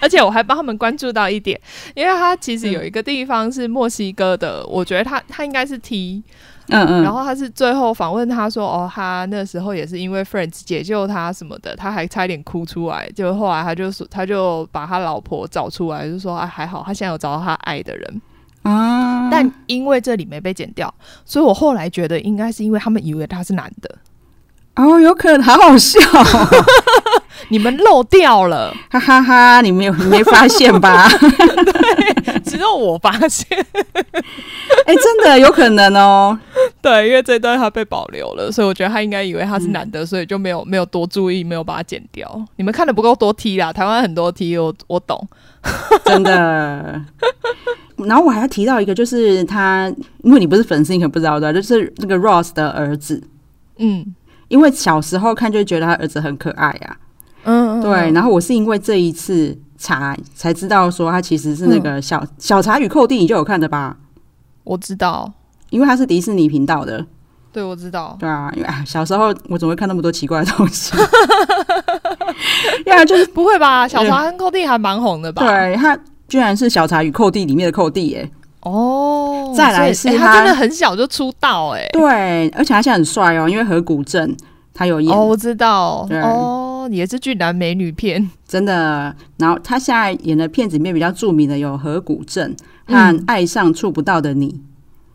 S2: 而且我还帮他们关注到一点，因为它其
S1: 嗯
S2: 实有一个地方是墨西哥的，我觉得它它应该是 T，
S1: 嗯嗯，
S2: 然后他是最后访问他说，哦，他那时候也是因为 Friends 解救他什么的，他还差一点哭出来。就后来他就说，他就把他老婆找出来，就说啊，还好他现在有找到他爱的人。
S1: 啊，
S2: 但因为这里没被剪掉，所以我后来觉得应该是因为他们以为他是男的，
S1: 哦，有可能，好好笑 哦，
S2: 你们漏掉了，
S1: 哈哈哈！你没有你没发现吧？
S2: 只有我发现。
S1: 哎、真的有可能哦。
S2: 对，因为这段他被保留了，所以我觉得他应该以为他是男的，所以就没有没有多注意，没有把它剪掉。你们看的不够多 T 啦，台湾很多 T，我我懂。
S1: 真的。然后我还要提到一个，就是他，因为你不是粉丝，你可能不知道的，就是那个 Ross 的儿子。
S2: 嗯
S1: 因为小时候看就会觉得他儿子很可爱啊，
S2: 嗯，嗯
S1: 对。然后我是因为这一次查才知道说他其实是那个小、小查与寇弟，你就有看的吧？
S2: 我知道，
S1: 因为他是迪士尼频道的，
S2: 对，我知道。
S1: 对啊，因为啊小时候我怎么会看那么多奇怪的东西？对啊，就是
S2: 不会吧？小茶跟寇弟还蛮红的吧？，
S1: 对他居然是小查与寇弟里面的寇弟耶、
S2: 哦，
S1: 再来
S2: 所以
S1: 是
S2: 欸
S1: 他
S2: 他真的很小就出道哎、
S1: 对，而且他现在很帅哦，因为河谷镇他有演，
S2: 哦，我知道，
S1: 对
S2: 哦，也是俊男美女片，
S1: 真的。然后他现在演的片子里面比较著名的有《河谷镇》和
S2: 嗯
S1: 《爱上触不到的你》。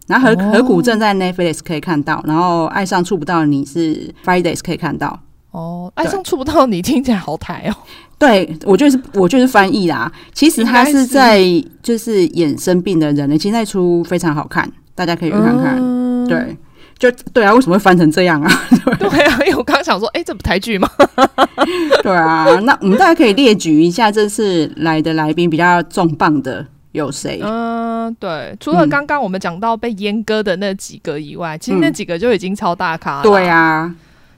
S1: 然后河、
S2: 哦
S1: 河谷镇在 Netflix 可以看到，然后爱上触不到的你是 Fridays 可以看到。
S2: 哦，爱上触不到你听起来好台哦，
S1: 对，我就是我就是翻译啦。其实他
S2: 应该
S1: 是
S2: 是
S1: 在就是演生病的人，其实那出非常好看，大家可以去看看。
S2: 嗯，
S1: 对，就对啊，为什么会翻成这样啊？
S2: 对啊，因为我刚想说，哎、这不台剧吗？
S1: 对啊，那我们大家可以列举一下这次来的来宾比较重磅的有谁？
S2: 嗯，对，除了
S1: 嗯
S2: 刚刚我们讲到被阉割的那几个以外，其实那
S1: 嗯
S2: 几个就已经超大咖了，
S1: 对，啊，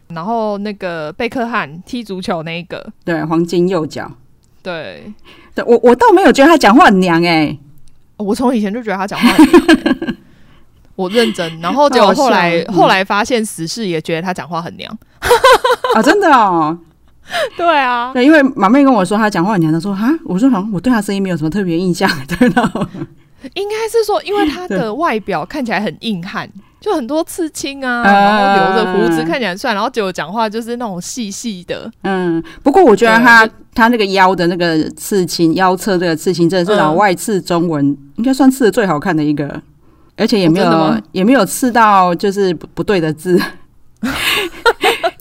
S2: 然后那个贝克汉踢足球那一个，
S1: 对，黄金右脚。
S2: 对，
S1: 对我我倒没有觉得他讲话很娘哎、
S2: 我从以前就觉得他讲话很娘欸我认真，然后结果 后来
S1: 好好笑嗯
S2: 后来发现死侍也觉得他讲话很娘。
S1: 啊、真的哦。
S2: 对啊，
S1: 对，因为马妹跟我说他讲话很娘，她说哈，我说好像我对他声音没有什么特别印象， 对然后
S2: 应该是说，因为他的外表看起来很硬汉，就很多刺青啊，
S1: 啊
S2: 然后留着胡子看起来很帅，然后结果讲话就是那种细细的。
S1: 嗯，不过我觉得
S2: 对
S1: 他他那个腰的那个刺青，腰侧这个刺青真的是老
S2: 嗯
S1: 外刺中文，应该算刺的最好看的一个，而且也没有、
S2: 哦真的吗
S1: 也没有刺到就是不不对的字。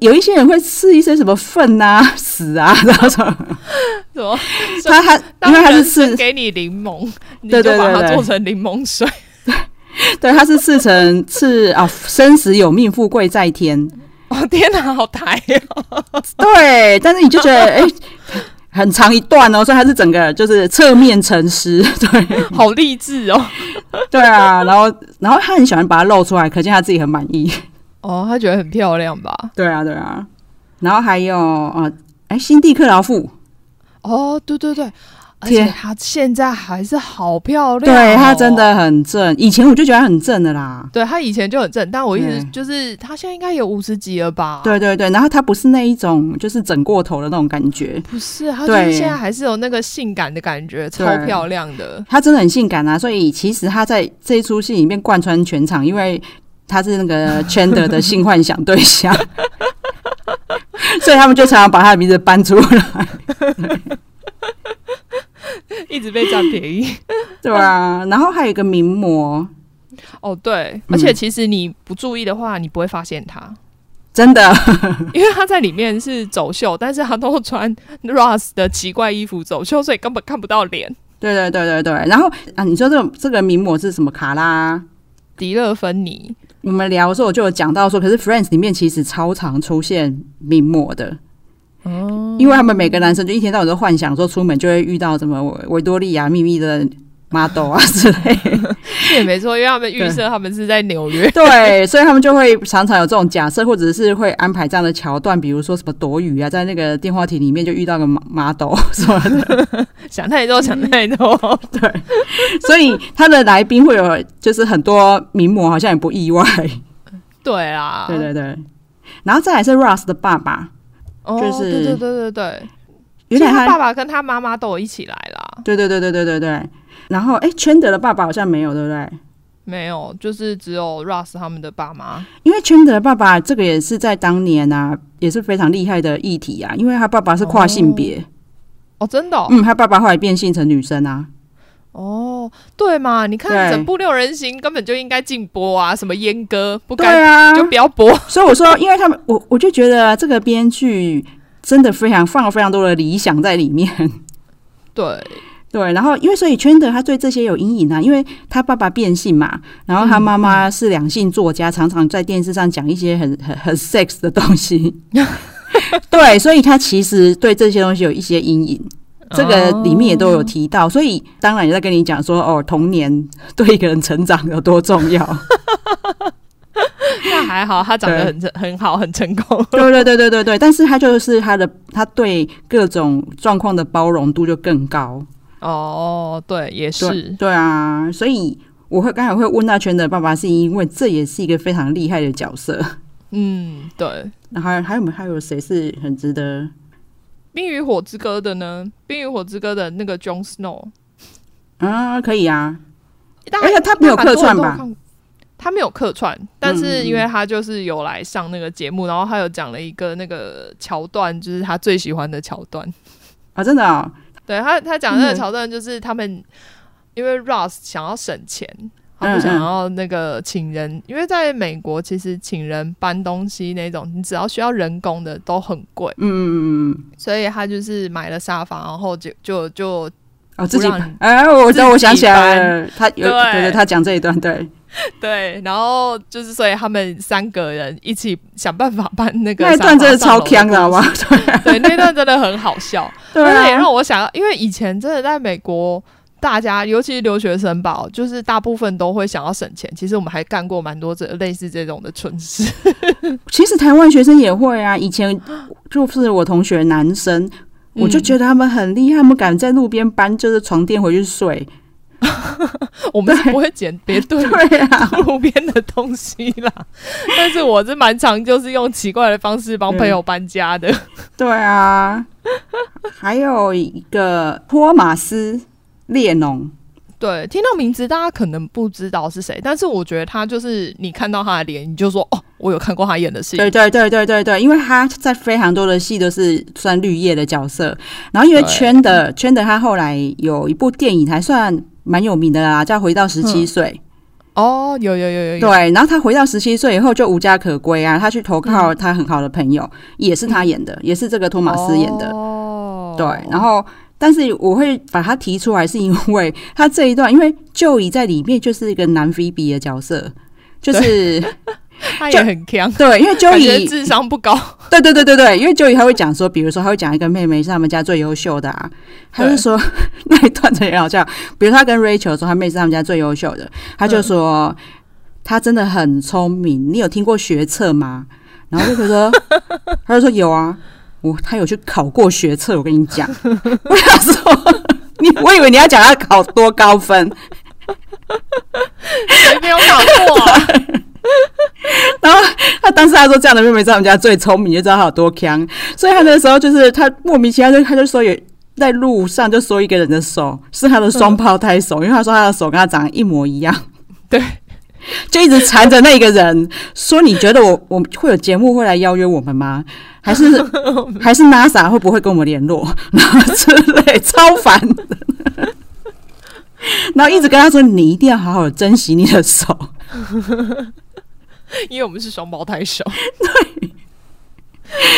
S1: 有一些人会刺一些什么粪啊、屎啊，然后什么，
S2: 什么？
S1: 他他因
S2: 当
S1: 为他是
S2: 人生
S1: 刺，
S2: 给你柠檬，你
S1: 对对
S2: 就把
S1: 对
S2: 它
S1: 对
S2: 做成柠檬水。
S1: 对，他是刺成刺啊，生死有命，富贵在天。
S2: 哦天哪，好台哦！
S1: 对，但是你就觉得哎、很长一段哦，所以他是整个就是侧面沉思， 对。
S2: 好励志哦。
S1: 对啊，然后然后他很喜欢把它露出来，可见他自己很满意。
S2: 哦，他觉得很漂亮吧？
S1: 对啊，对啊。然后还有呃，哎，辛蒂克劳夫，
S2: 哦，对对对，而
S1: 天
S2: 且她现在还是好漂亮、哦
S1: 对他真。的很正。以前我就觉得他很正的啦。
S2: 对她以前就很正，但我一直
S1: 对
S2: 就是她现在应该有五十几了吧？，
S1: 对对对，然后他不是那一种就是整过头的那种感觉，
S2: 不是她就是
S1: 对
S2: 现在还是有那个性感的感觉，超
S1: 对
S2: 漂亮的。
S1: 他真的很性感啊。所以其实他在这一出戏里面贯穿全场，因为他是那个 Chandler 的性幻想对象， 所以他们就常常把他的名字搬出来。
S2: 一直被占便宜
S1: 对啊，然后还有一个名模，
S2: 哦，对，
S1: 嗯
S2: 而且其实你不注意的话，你不会发现她，
S1: 真的。
S2: 因为她在里面是走秀，但是她都穿 Ross 的奇怪衣服走秀，所以根本看不到脸。
S1: 对对对对对，然后啊，你说这个这个名模是什么卡拉？
S2: 迪勒芬妮，
S1: 我们聊的时候我就有讲到说，可是 Friends 里面其实超常出现名模的，
S2: 哦，
S1: 因为他们每个男生就一天到晚都幻想说出门就会遇到什么维维多利亚秘密的 model 啊之类 的，
S2: 也没错，因为他们预设他们是在纽约，
S1: 对，所以他们就会常常有这种假设，或者是会安排这样的桥段，比如说什么躲雨啊，在那个电话亭里面就遇到个 mo- model 什么的，
S2: 想太
S1: 嗯
S2: 多，想太 多。
S1: 所以他的来宾会有就是很多名模，好像也不意外。
S2: 对啦，
S1: 对对对，然后再来是 Russ 的爸爸，
S2: 哦，
S1: 就是
S2: 对对对对对，
S1: 有
S2: 其
S1: 点
S2: 实他
S1: 他
S2: 爸爸跟他妈妈都有一起来啦，
S1: 对对对对对对对。然后，哎，圈德的爸爸好像没有，对不对？
S2: 没有，就是只有 Russ 他们的爸妈，
S1: 因为圈德的爸爸这个也是在当年啊，也是非常厉害的议题啊，因为他爸爸是跨性别，
S2: 哦，真的哦，
S1: 嗯，他爸爸后来变性成女生啊，
S2: 哦对嘛，你看
S1: 对
S2: 整部六人行根本就应该禁播啊，什么阉割不
S1: 对
S2: 该、
S1: 啊，
S2: 就不要播，
S1: 所以我说，因为他们，我我就觉得这个编剧真的非常放了非常多的理想在里面，
S2: 对，
S1: 对，然后因为所以圈德他对这些有阴影啊，因为他爸爸变性嘛，然后他妈妈是两性作家，常常在电视上讲一些很很很 sex 的东西，对，所以他其实对这些东西有一些阴影，这个里面也都有提到，所以当然也在跟你讲说，哦，童年对一个人成长有多重要，
S2: 那还好，他长得
S1: 对
S2: 很成很好，很成 功。
S1: 对对对对对对，但是他就是他的他对各种状况的包容度就更高，
S2: 哦，对，也
S1: 对
S2: 是，
S1: 对啊，所以我会刚才会问那圈的爸爸，是因为这也是一个非常厉害的角色。
S2: 嗯，对。
S1: 然后还有还有没有还有谁是很值得？
S2: 《冰与火之歌》的呢，《冰与火之歌》的那个 Jon Snow，
S1: 啊，可以啊，
S2: 大
S1: 而且他没有客串吧？
S2: 他没有客串，但是
S1: 嗯
S2: 因为他就是有来上那个节目，然后他有讲了一个那个桥段，就是他最喜欢的桥段。
S1: 啊，真的哦，
S2: 对他，他讲的那个
S1: 嗯
S2: 桥段就是他们、因为 Ross 想要省钱，
S1: 嗯
S2: 他
S1: 嗯
S2: 不想要那个请人，因为在美国其实请人搬东西那种，你只要需要人工的都很贵，
S1: 嗯嗯嗯嗯，
S2: 所以他就是买了沙发，然后就就就
S1: 哦，自己
S2: 不让你
S1: 哎，我知道，
S2: 自己
S1: 我想起来了，他有
S2: 对
S1: 对对，他讲这一段，对，
S2: 对，然后就是所以他们三个人一起想办法搬那个
S1: 那一段真
S2: 沙发
S1: 的
S2: 上
S1: 超
S2: 楼
S1: 强的，好吗
S2: 故事？对，那段真的很好笑，
S1: 对
S2: 但是也
S1: 啊，
S2: 让我想到，因为以前真的在美国。大家，尤其是留学生吧，就是大部分都会想要省钱。其实我们还干过蛮多这类似这种的蠢事。
S1: 其实台湾学生也会啊，以前就是我同学男生，我就
S2: 嗯
S1: 觉得他们很厉害，他们敢在路边搬就是床垫回去睡。
S2: 我们是不会捡别对
S1: 对啊，
S2: 路边的东西啦，但是我是蛮常就是用奇怪的方式帮
S1: 嗯
S2: 朋友搬家的。
S1: 对啊。还有一个托马斯列侬，
S2: 对，听到名字大家可能不知道是谁，但是我觉得他就是你看到他的脸，你就说哦，我有看过他演的戏。
S1: 对对对对对对，因为他在非常多的戏都是算绿叶的角色，然后因为
S2: 对
S1: 圈的圈的他后来有一部电影还算蛮有名的啦，叫《回到十七岁》。
S2: 哦，有有有有有。
S1: 对，然后他回到十七岁以后就无家可归啊，他去投靠他很好的朋友，也是他演的，也是这个托马斯演的。
S2: 哦，
S1: 对，然后但是我会把他提出来，是因为他这一段，因为就已在里面就是一个男菲比的角色。就是
S2: 他也很强，
S1: 对，因为就
S2: 感觉
S1: 以
S2: 智商不高。
S1: 对对对对对，因为就以他会讲说，比如说他会讲一个妹妹是他们家最优秀的啊，他
S2: 对
S1: 就说 那一段真的很好笑。比如他跟 Rachel 说他妹是他们家最优秀的，他就说、她真的很聪明，你有听过学测吗？然后 Rachel 说，他就说有啊，我他有去考过学测，我跟你讲，我想说。 你我以为你要讲他考多高分，
S2: 谁没有考 过啊？
S1: 他当时他说这样的妹妹在我们家最聪明，就知道他有多强。所以他那时候就是他莫名其妙就他就说有在路上就说一个人的手是他的双胞胎手，因为他说他的手跟他长得一模一样。
S2: 对。
S1: 就一直缠着那个人说：“你觉得我我们会有节目会来邀约我们吗？还是还是 NASA 会不会跟我们联络？ 然后之类，超烦的。 然后一直跟他说：你一定要好好珍惜你的手。
S2: 因为我们是双胞胎手。对，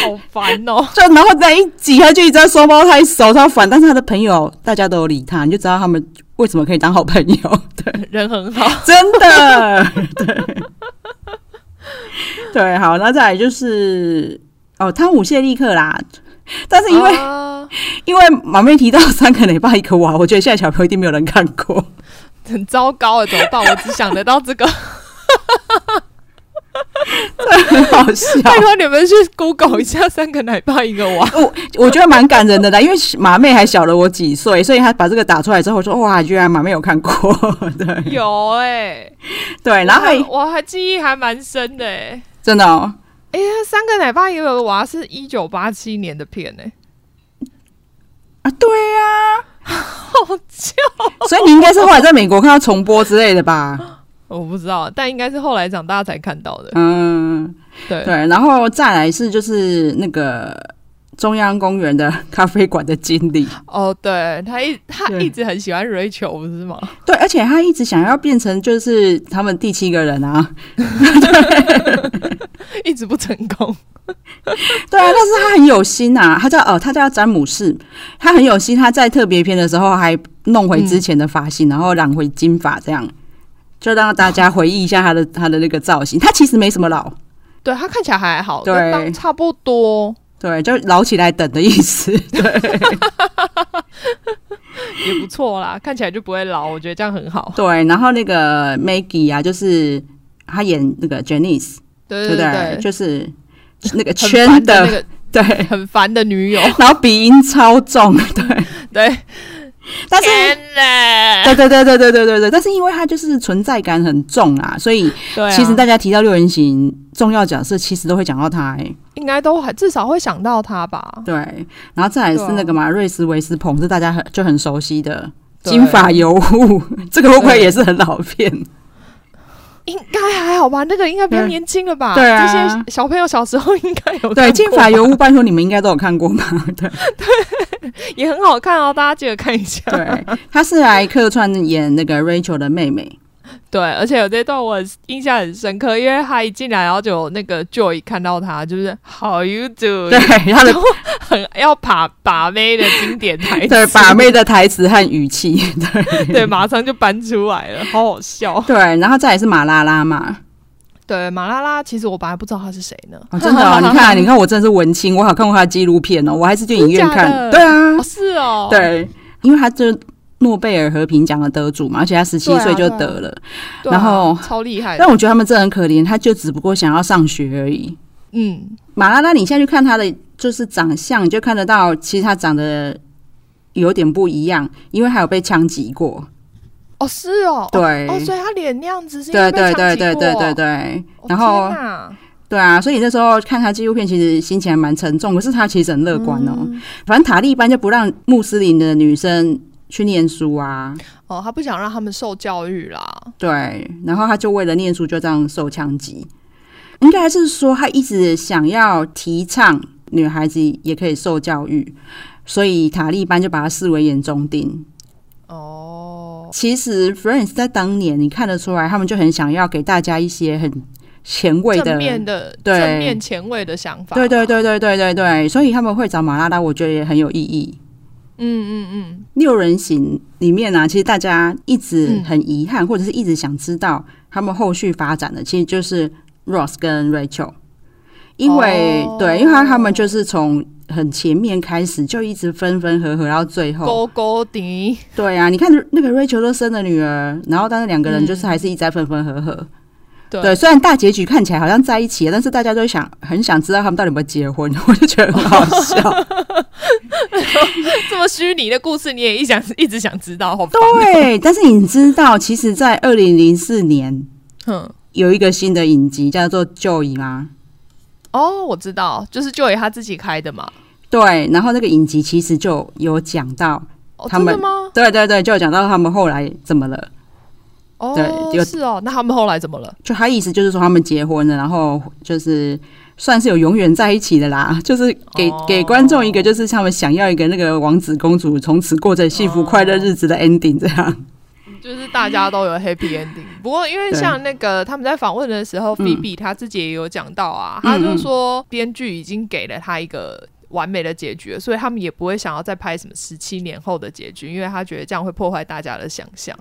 S2: 好烦哦。
S1: 就然后在一集，他就一直在双胞胎手超烦，但是他的朋友大家都有理他，你就知道他们为什么可以当好朋友， 对，
S2: 人很好，
S1: 真的，对，对，好，那再来就是哦，汤姆谢利克啦，但 是因为、
S2: 啊
S1: 因为马妹提到三个礼拜一个娃，我觉得现在小朋友一定没有人看过，
S2: 很糟糕啊，怎么办？我只想得到这个。
S1: 很好笑。
S2: 拜托你们去 Google 一下三个奶爸一个娃，
S1: 我我觉得蛮感人的啦，因为马妹还小了我几岁，所以她把这个打出来之后，我说哇，居然马妹有看过， 对
S2: 有哎、
S1: 对， 然后还
S2: 我还记忆还蛮深的哎、
S1: 真的、哦，
S2: 哎、三个奶爸一个娃是一九八七年的片哎、
S1: 啊，对呀、
S2: 好久，
S1: 所以你应该是后来在美国看到重播之类的吧？
S2: 我不知道，但应该是后来长大才看到的。
S1: 嗯，
S2: 对，
S1: 对，然后再来是就是那个中央公园的咖啡馆的经理，
S2: 哦，对他一他
S1: 对
S2: 一直很喜欢 Rachel 不是吗？
S1: 对，而且他一直想要变成就是他们第七个人啊，
S2: 一直不成功。
S1: 对啊，但是他很有心啊，他叫哦，他叫詹姆士，他很有心，他在特别篇的时候还弄回之前的发型，然后染回金发，这样就让大家回忆一下他的他的那个造型。他其实没什么老，
S2: 对他看起来还好，
S1: 对
S2: 跟当差不多，
S1: 对，就老起来等的意思。
S2: 也不错啦，看起来就不会老，我觉得这样很好。
S1: 对，然后那个 Maggie 啊，就是他演那个 Janice，
S2: 对
S1: 对不
S2: 嗯对
S1: 就是那个
S2: 很
S1: 圈
S2: 烦
S1: 的，
S2: 的那个
S1: 对，
S2: 很烦的 女友，
S1: 然后鼻音超重， 对，
S2: 对，
S1: 但是。
S2: 天啊哪
S1: 对对对对对对对对，但是因为他就是存在感很重啊，所以
S2: 对啊，
S1: 其实大家提到六人行重要角色，其实都会讲到他、欸。
S2: 应该都还至少会想到他吧。
S1: 对，然后再来是
S2: 对啊
S1: 那个嘛，瑞斯维斯彭，是大家很就很熟悉的
S2: 对
S1: 金发尤物， 这个会不会也是很老片？
S2: 应该还好吧，那个应该比较
S1: 对
S2: 年轻了吧？
S1: 对啊
S2: 这些小朋友小时候应该有看
S1: 对，
S2: 过
S1: 金发尤物，拜托你们应该都有看过吧？对
S2: 也很好看哦，大家记得看一 下。
S1: 对，他是来客串演那个 Rachel 的妹妹。
S2: 对，而且有这段我印象很深刻，因为他一进来，然后就有那个 Joy 看到他，就是 How you do，
S1: 对，他的
S2: 很 要把把妹的经典台 词，
S1: 对把妹的台词和语气， 对
S2: 对，马上就搬出来了，好好笑。
S1: 对，然后再来是马拉拉嘛。
S2: 对，马拉拉，其实我本来不知道他是谁呢。
S1: 哦，真的 哦，你看，你看，我真的是文青，我好看过他的纪录片哦，我还是去影院
S2: 真假
S1: 看。
S2: 的
S1: 对啊
S2: 哦，，是哦，，
S1: 对，因为他就是诺贝尔和平奖的得主嘛，而且他十七
S2: 对啊
S1: 岁就
S2: 对啊
S1: 得了。
S2: 对啊
S1: 然后
S2: 超厉害的，
S1: 但我觉得他们真的很可怜，他就只不过想要上学而已。
S2: 嗯，
S1: 马拉拉，你现在去看他的就是长相，你就看得到，其实他长得有点不一样，因为还有被枪击过。
S2: 哦，是哦，哦，
S1: 对，
S2: 哦所以他脸那样子是因
S1: 对
S2: 为被
S1: 对对
S2: 枪击
S1: 对对
S2: 过
S1: 对对。
S2: 哦
S1: 然后
S2: 天哪
S1: 对啊，所以那时候看他纪录片，其实心情还蛮沉重。可是他其实很乐观哦。
S2: 嗯
S1: 反正塔利班就不让穆斯林的女生去念书啊，
S2: 哦，他不想让他们受教育啦，
S1: 对，然后他就为了念书就这样受枪击，应该是说他一直想要提倡女孩子也可以受教育，所以塔利班就把他视为眼中钉。
S2: 哦，
S1: 其实 Friends 在当年你看得出来，他们就很想要给大家一些很前卫的
S2: 正。面的
S1: 对
S2: 正面前卫的想法，
S1: 对对，对对对对对，所以他们会找马拉拉，我觉得也很有意义。
S2: 嗯嗯嗯，
S1: 六人行里面呢、啊，其实大家一直
S2: 嗯
S1: 很遗憾，或者是一直想知道他们后续发展的，其实就是 Ross 跟 Rachel，因为、
S2: 哦
S1: 对，因为他他们就是从很前面开始就一直分分合合到最后，
S2: 勾勾迪，
S1: 对啊，你看那个 Rachel 都生了女儿，然后但是两个人
S2: 嗯
S1: 就是还是一直在分分合合。
S2: 对
S1: 对，虽然大结局看起来好像在一起了，但是大家都想很想知道他们到底有没有结婚， 我就觉得很好笑。
S2: 这么虚拟的故事你也一想一直想知道，好烦，
S1: 对，但是你知道，其实，在二零零四年，
S2: 哼。
S1: 有一个新的影集叫做《旧姨吗？
S2: 哦，我知道，就是就以他自己开的嘛。
S1: 对，然后那个影集其实就有讲到，
S2: 哦，
S1: 他
S2: 真
S1: 们
S2: 的吗？
S1: 对对对，就有讲到他们后来怎么了。
S2: 哦
S1: 对，有
S2: 是哦。那他们后来怎么了？
S1: 就他意思就是说他们结婚了，然后就是算是有永远在一起的啦， 就是给、
S2: 哦
S1: 给观众一个就是他们想要一个那个王子公主从此过着幸福快乐日子
S2: 哦
S1: 的 ending 这 样。
S2: 就是大家都有 happy ending。不过，因为
S1: 对
S2: 像那个他们在访问的时候，
S1: 嗯
S2: 菲比他自己也有讲到啊，
S1: 嗯
S2: 他就
S1: 嗯
S2: 说编剧已经给了他一个。完美的结局了，所以他们也不会想要再拍什么十七年后的结局，因为他觉得这样会破坏大家的想象。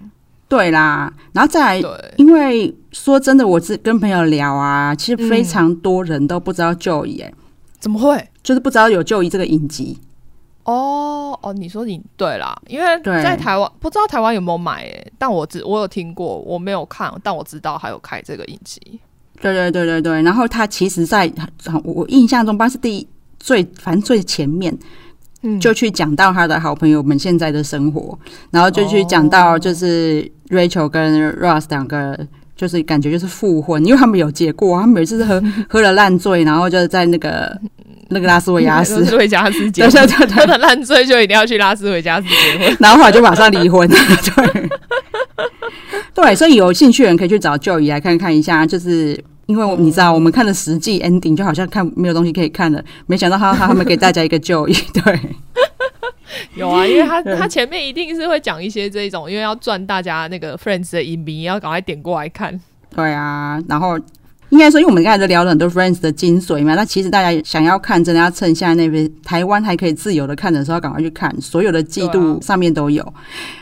S1: 对啦，然后再来
S2: 对，
S1: 因为说真的，我是跟朋友聊啊，其实非
S2: 嗯
S1: 常多人都不知道旧姨、欸，
S2: 怎么会？
S1: 就是不知道有旧姨这个影集。
S2: 哦哦，你说你对啦，因为
S1: 对
S2: 在台湾不知道台欸湾有没有买诶、但我只我有听过，我没有看，但我知道还有开这个影集。
S1: 对对对对对，然后他其实在，很我我印象中巴士第最反正最前面
S2: 嗯，
S1: 就去讲到他的好朋友们现在的生活，然后就去讲到就是 Rachel 跟 Ross 两个。就是感觉就是复婚，因为他们有结过，他们有一次是喝喝了烂醉，然后就是在那个那个拉斯维加 斯，
S2: 斯维加斯结
S1: 对
S2: 婚，
S1: 对对对
S2: 喝的烂醉就一定要去拉斯维 加斯结婚。
S1: 然后后来就马上离婚。 对，对，所以有兴趣的人可以去找 Joey 来看看一下，就是。因为我你知道，我们看了实际 ending 就好像看没有东西可以看了，没想到他他他们给大家一个 Joey，对
S2: 有啊，因为他
S1: 对
S2: 他前面一定是会讲一些这一种，因为要赚大家那个 Friends 的影迷，要赶快点过来 看。
S1: 对啊。然后应该说，因为我们刚才都聊了很多 Friends 的精髓嘛，那其实大家想要看，真的要趁现在那边台湾还可以自由的看的时候，赶快去看，所有的季
S2: 对啊
S1: 度上面都有。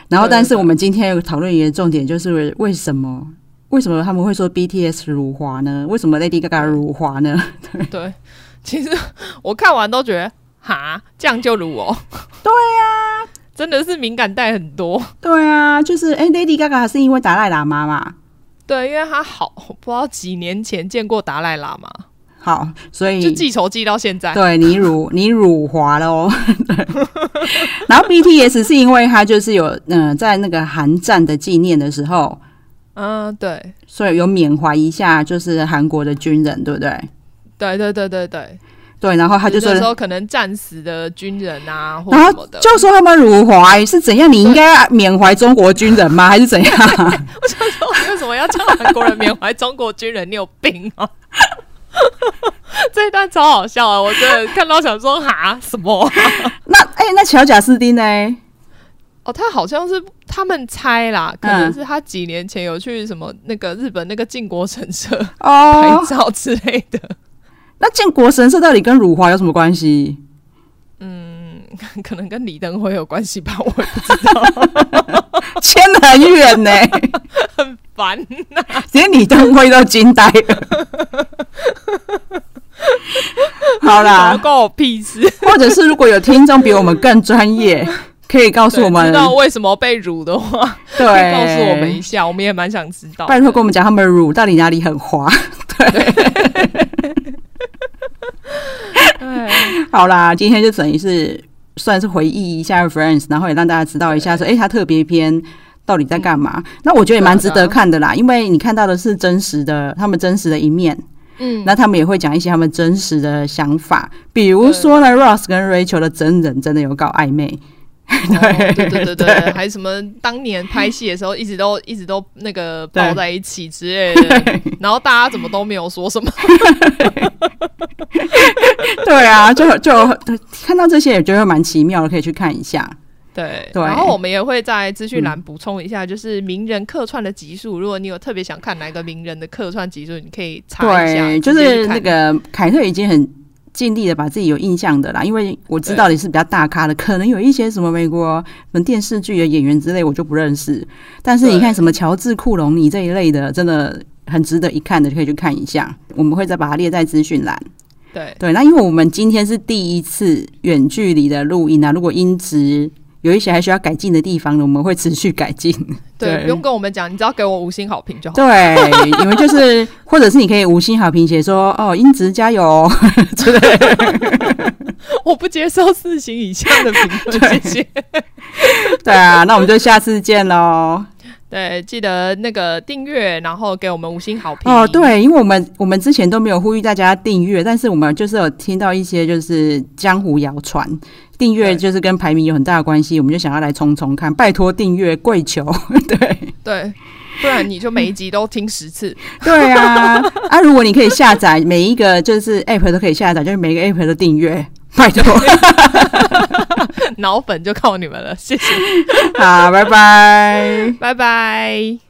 S1: 然后，
S2: 对
S1: 但
S2: 对
S1: 是我们今天有讨论一个重点，就是为什么 为什么他们会说 BTS 如花呢？为什么 Lady Gaga 如花呢？
S2: 对，其实我看完都觉得，哈，这样就如我。对
S1: 啊
S2: 呀、真的是敏感带很多。
S1: 对啊，就是哎、l a d y Gaga 是因为达赖喇嘛嘛，
S2: 对，因为他好不知道几年前见过达赖喇嘛，
S1: 好，所
S2: 就
S1: 以
S2: 记仇记到现在。
S1: 嗯对你辱你辱华了哦。 对，然后 BTS 是因为他就是有嗯、呃在那个韩战的纪念的时候，
S2: 嗯，对，
S1: 所以有缅怀一下就是韩国的军人，对不对？
S2: 对对对对对，
S1: 对，然后他就说
S2: 那时，候可能战死的军人啊，或
S1: 然
S2: 什
S1: 后
S2: 么的。
S1: 就说他们辱华是怎样？你应该要缅怀中国军人吗？还是怎样？
S2: 我想说，为什么要叫韩国人缅怀中国军人？你有病啊！ 这一段超好笑啊！我真的看到想说，哈什么？
S1: 那哎、那乔贾斯汀呢？
S2: 哦，他好像是他们猜啦，
S1: 嗯
S2: 可能是他几年前有去什么那个日本那个靖国神社拍
S1: 哦，
S2: 照之类的，
S1: 那建国神社到底跟辱华有什么关系？
S2: 可能跟李登辉有关系吧，我也不知
S1: 牵得很远呢、
S2: 烦。
S1: 连李登辉都惊呆了。好啦，
S2: 关我屁事！
S1: 或者是如果有听众比我们更专业，可以告诉我
S2: 对
S1: 们
S2: 知，道为什么被辱的话，
S1: 对，
S2: 可以告诉我们一下，我们也蛮想知道的。
S1: 拜托跟我们讲他们乳到底哪里很滑。
S2: 哎
S1: 好啦，今天就等于是算是回忆一下 Friends，然后也让大家知道一下说，哎、他特别篇到底在干嘛？那我觉得也蛮值
S2: 对啊
S1: 得看的啦，因为你看到的是真实的，他们真实的一面。
S2: 嗯，
S1: 那他们也会讲一些他们真实的想法，比如说呢，Ross 跟 Rachel 的真人真的有搞暧昧，
S2: 哦 对对对对，还什么当年拍戏的时候一直都一直都那个抱在一起之类的，然后大家怎么都没有说什么，
S1: 对啊，就就看到这些也觉得蛮奇妙的，可以去看一下。
S2: 对。
S1: 对
S2: 然后我们也会在资讯栏补充一下，就是名人客串的集数，如果你有特别想看哪个名人的客串集数，你可以查一下，
S1: 对，就
S2: 直接
S1: 是
S2: 去看
S1: 那个凯特已经很尽力的把自己有印象的啦，因为我知道你是比较大咖的，可能有一些什么美国什么电视剧的演员之类我就不认识，但是你看
S2: 对
S1: 什么乔治·库隆尼这一类的，真的很值得一看的，可以去看一下。我们会再把它列在资讯栏。
S2: 对
S1: 对，那因为我们今天是第一次远距离的录音啊，如果音质有一些还需要改进的地方呢，我们会持续改进。哦
S2: 对，
S1: 对
S2: 不用跟我们讲，你只要给我五星好评就好。
S1: 对，你们就是， 或者是你可以五星好评写说哦，音质加油哦之类的。
S2: 我不接受四星以下的评 论，谢谢。
S1: 对啊，那我们就下次见喽。
S2: 对，记得那个订阅，然后给我们五星好 评。
S1: 哦，对，因为我们我们之前都没有呼吁大家订阅，但是我们就是有听到一些就是江湖谣传，订阅
S2: 对
S1: 就是跟排名有很大的关系，我们就想要来冲冲看，拜托订阅，跪求。对。
S2: 对，不然你就每一集都听十次。
S1: 对啊，啊，如果你可以下载每一个就是 app 都可以下载，就是每个 app 都订阅，拜托。
S2: 脑粉就靠你们了，谢谢，
S1: 好，拜拜。
S2: 拜拜。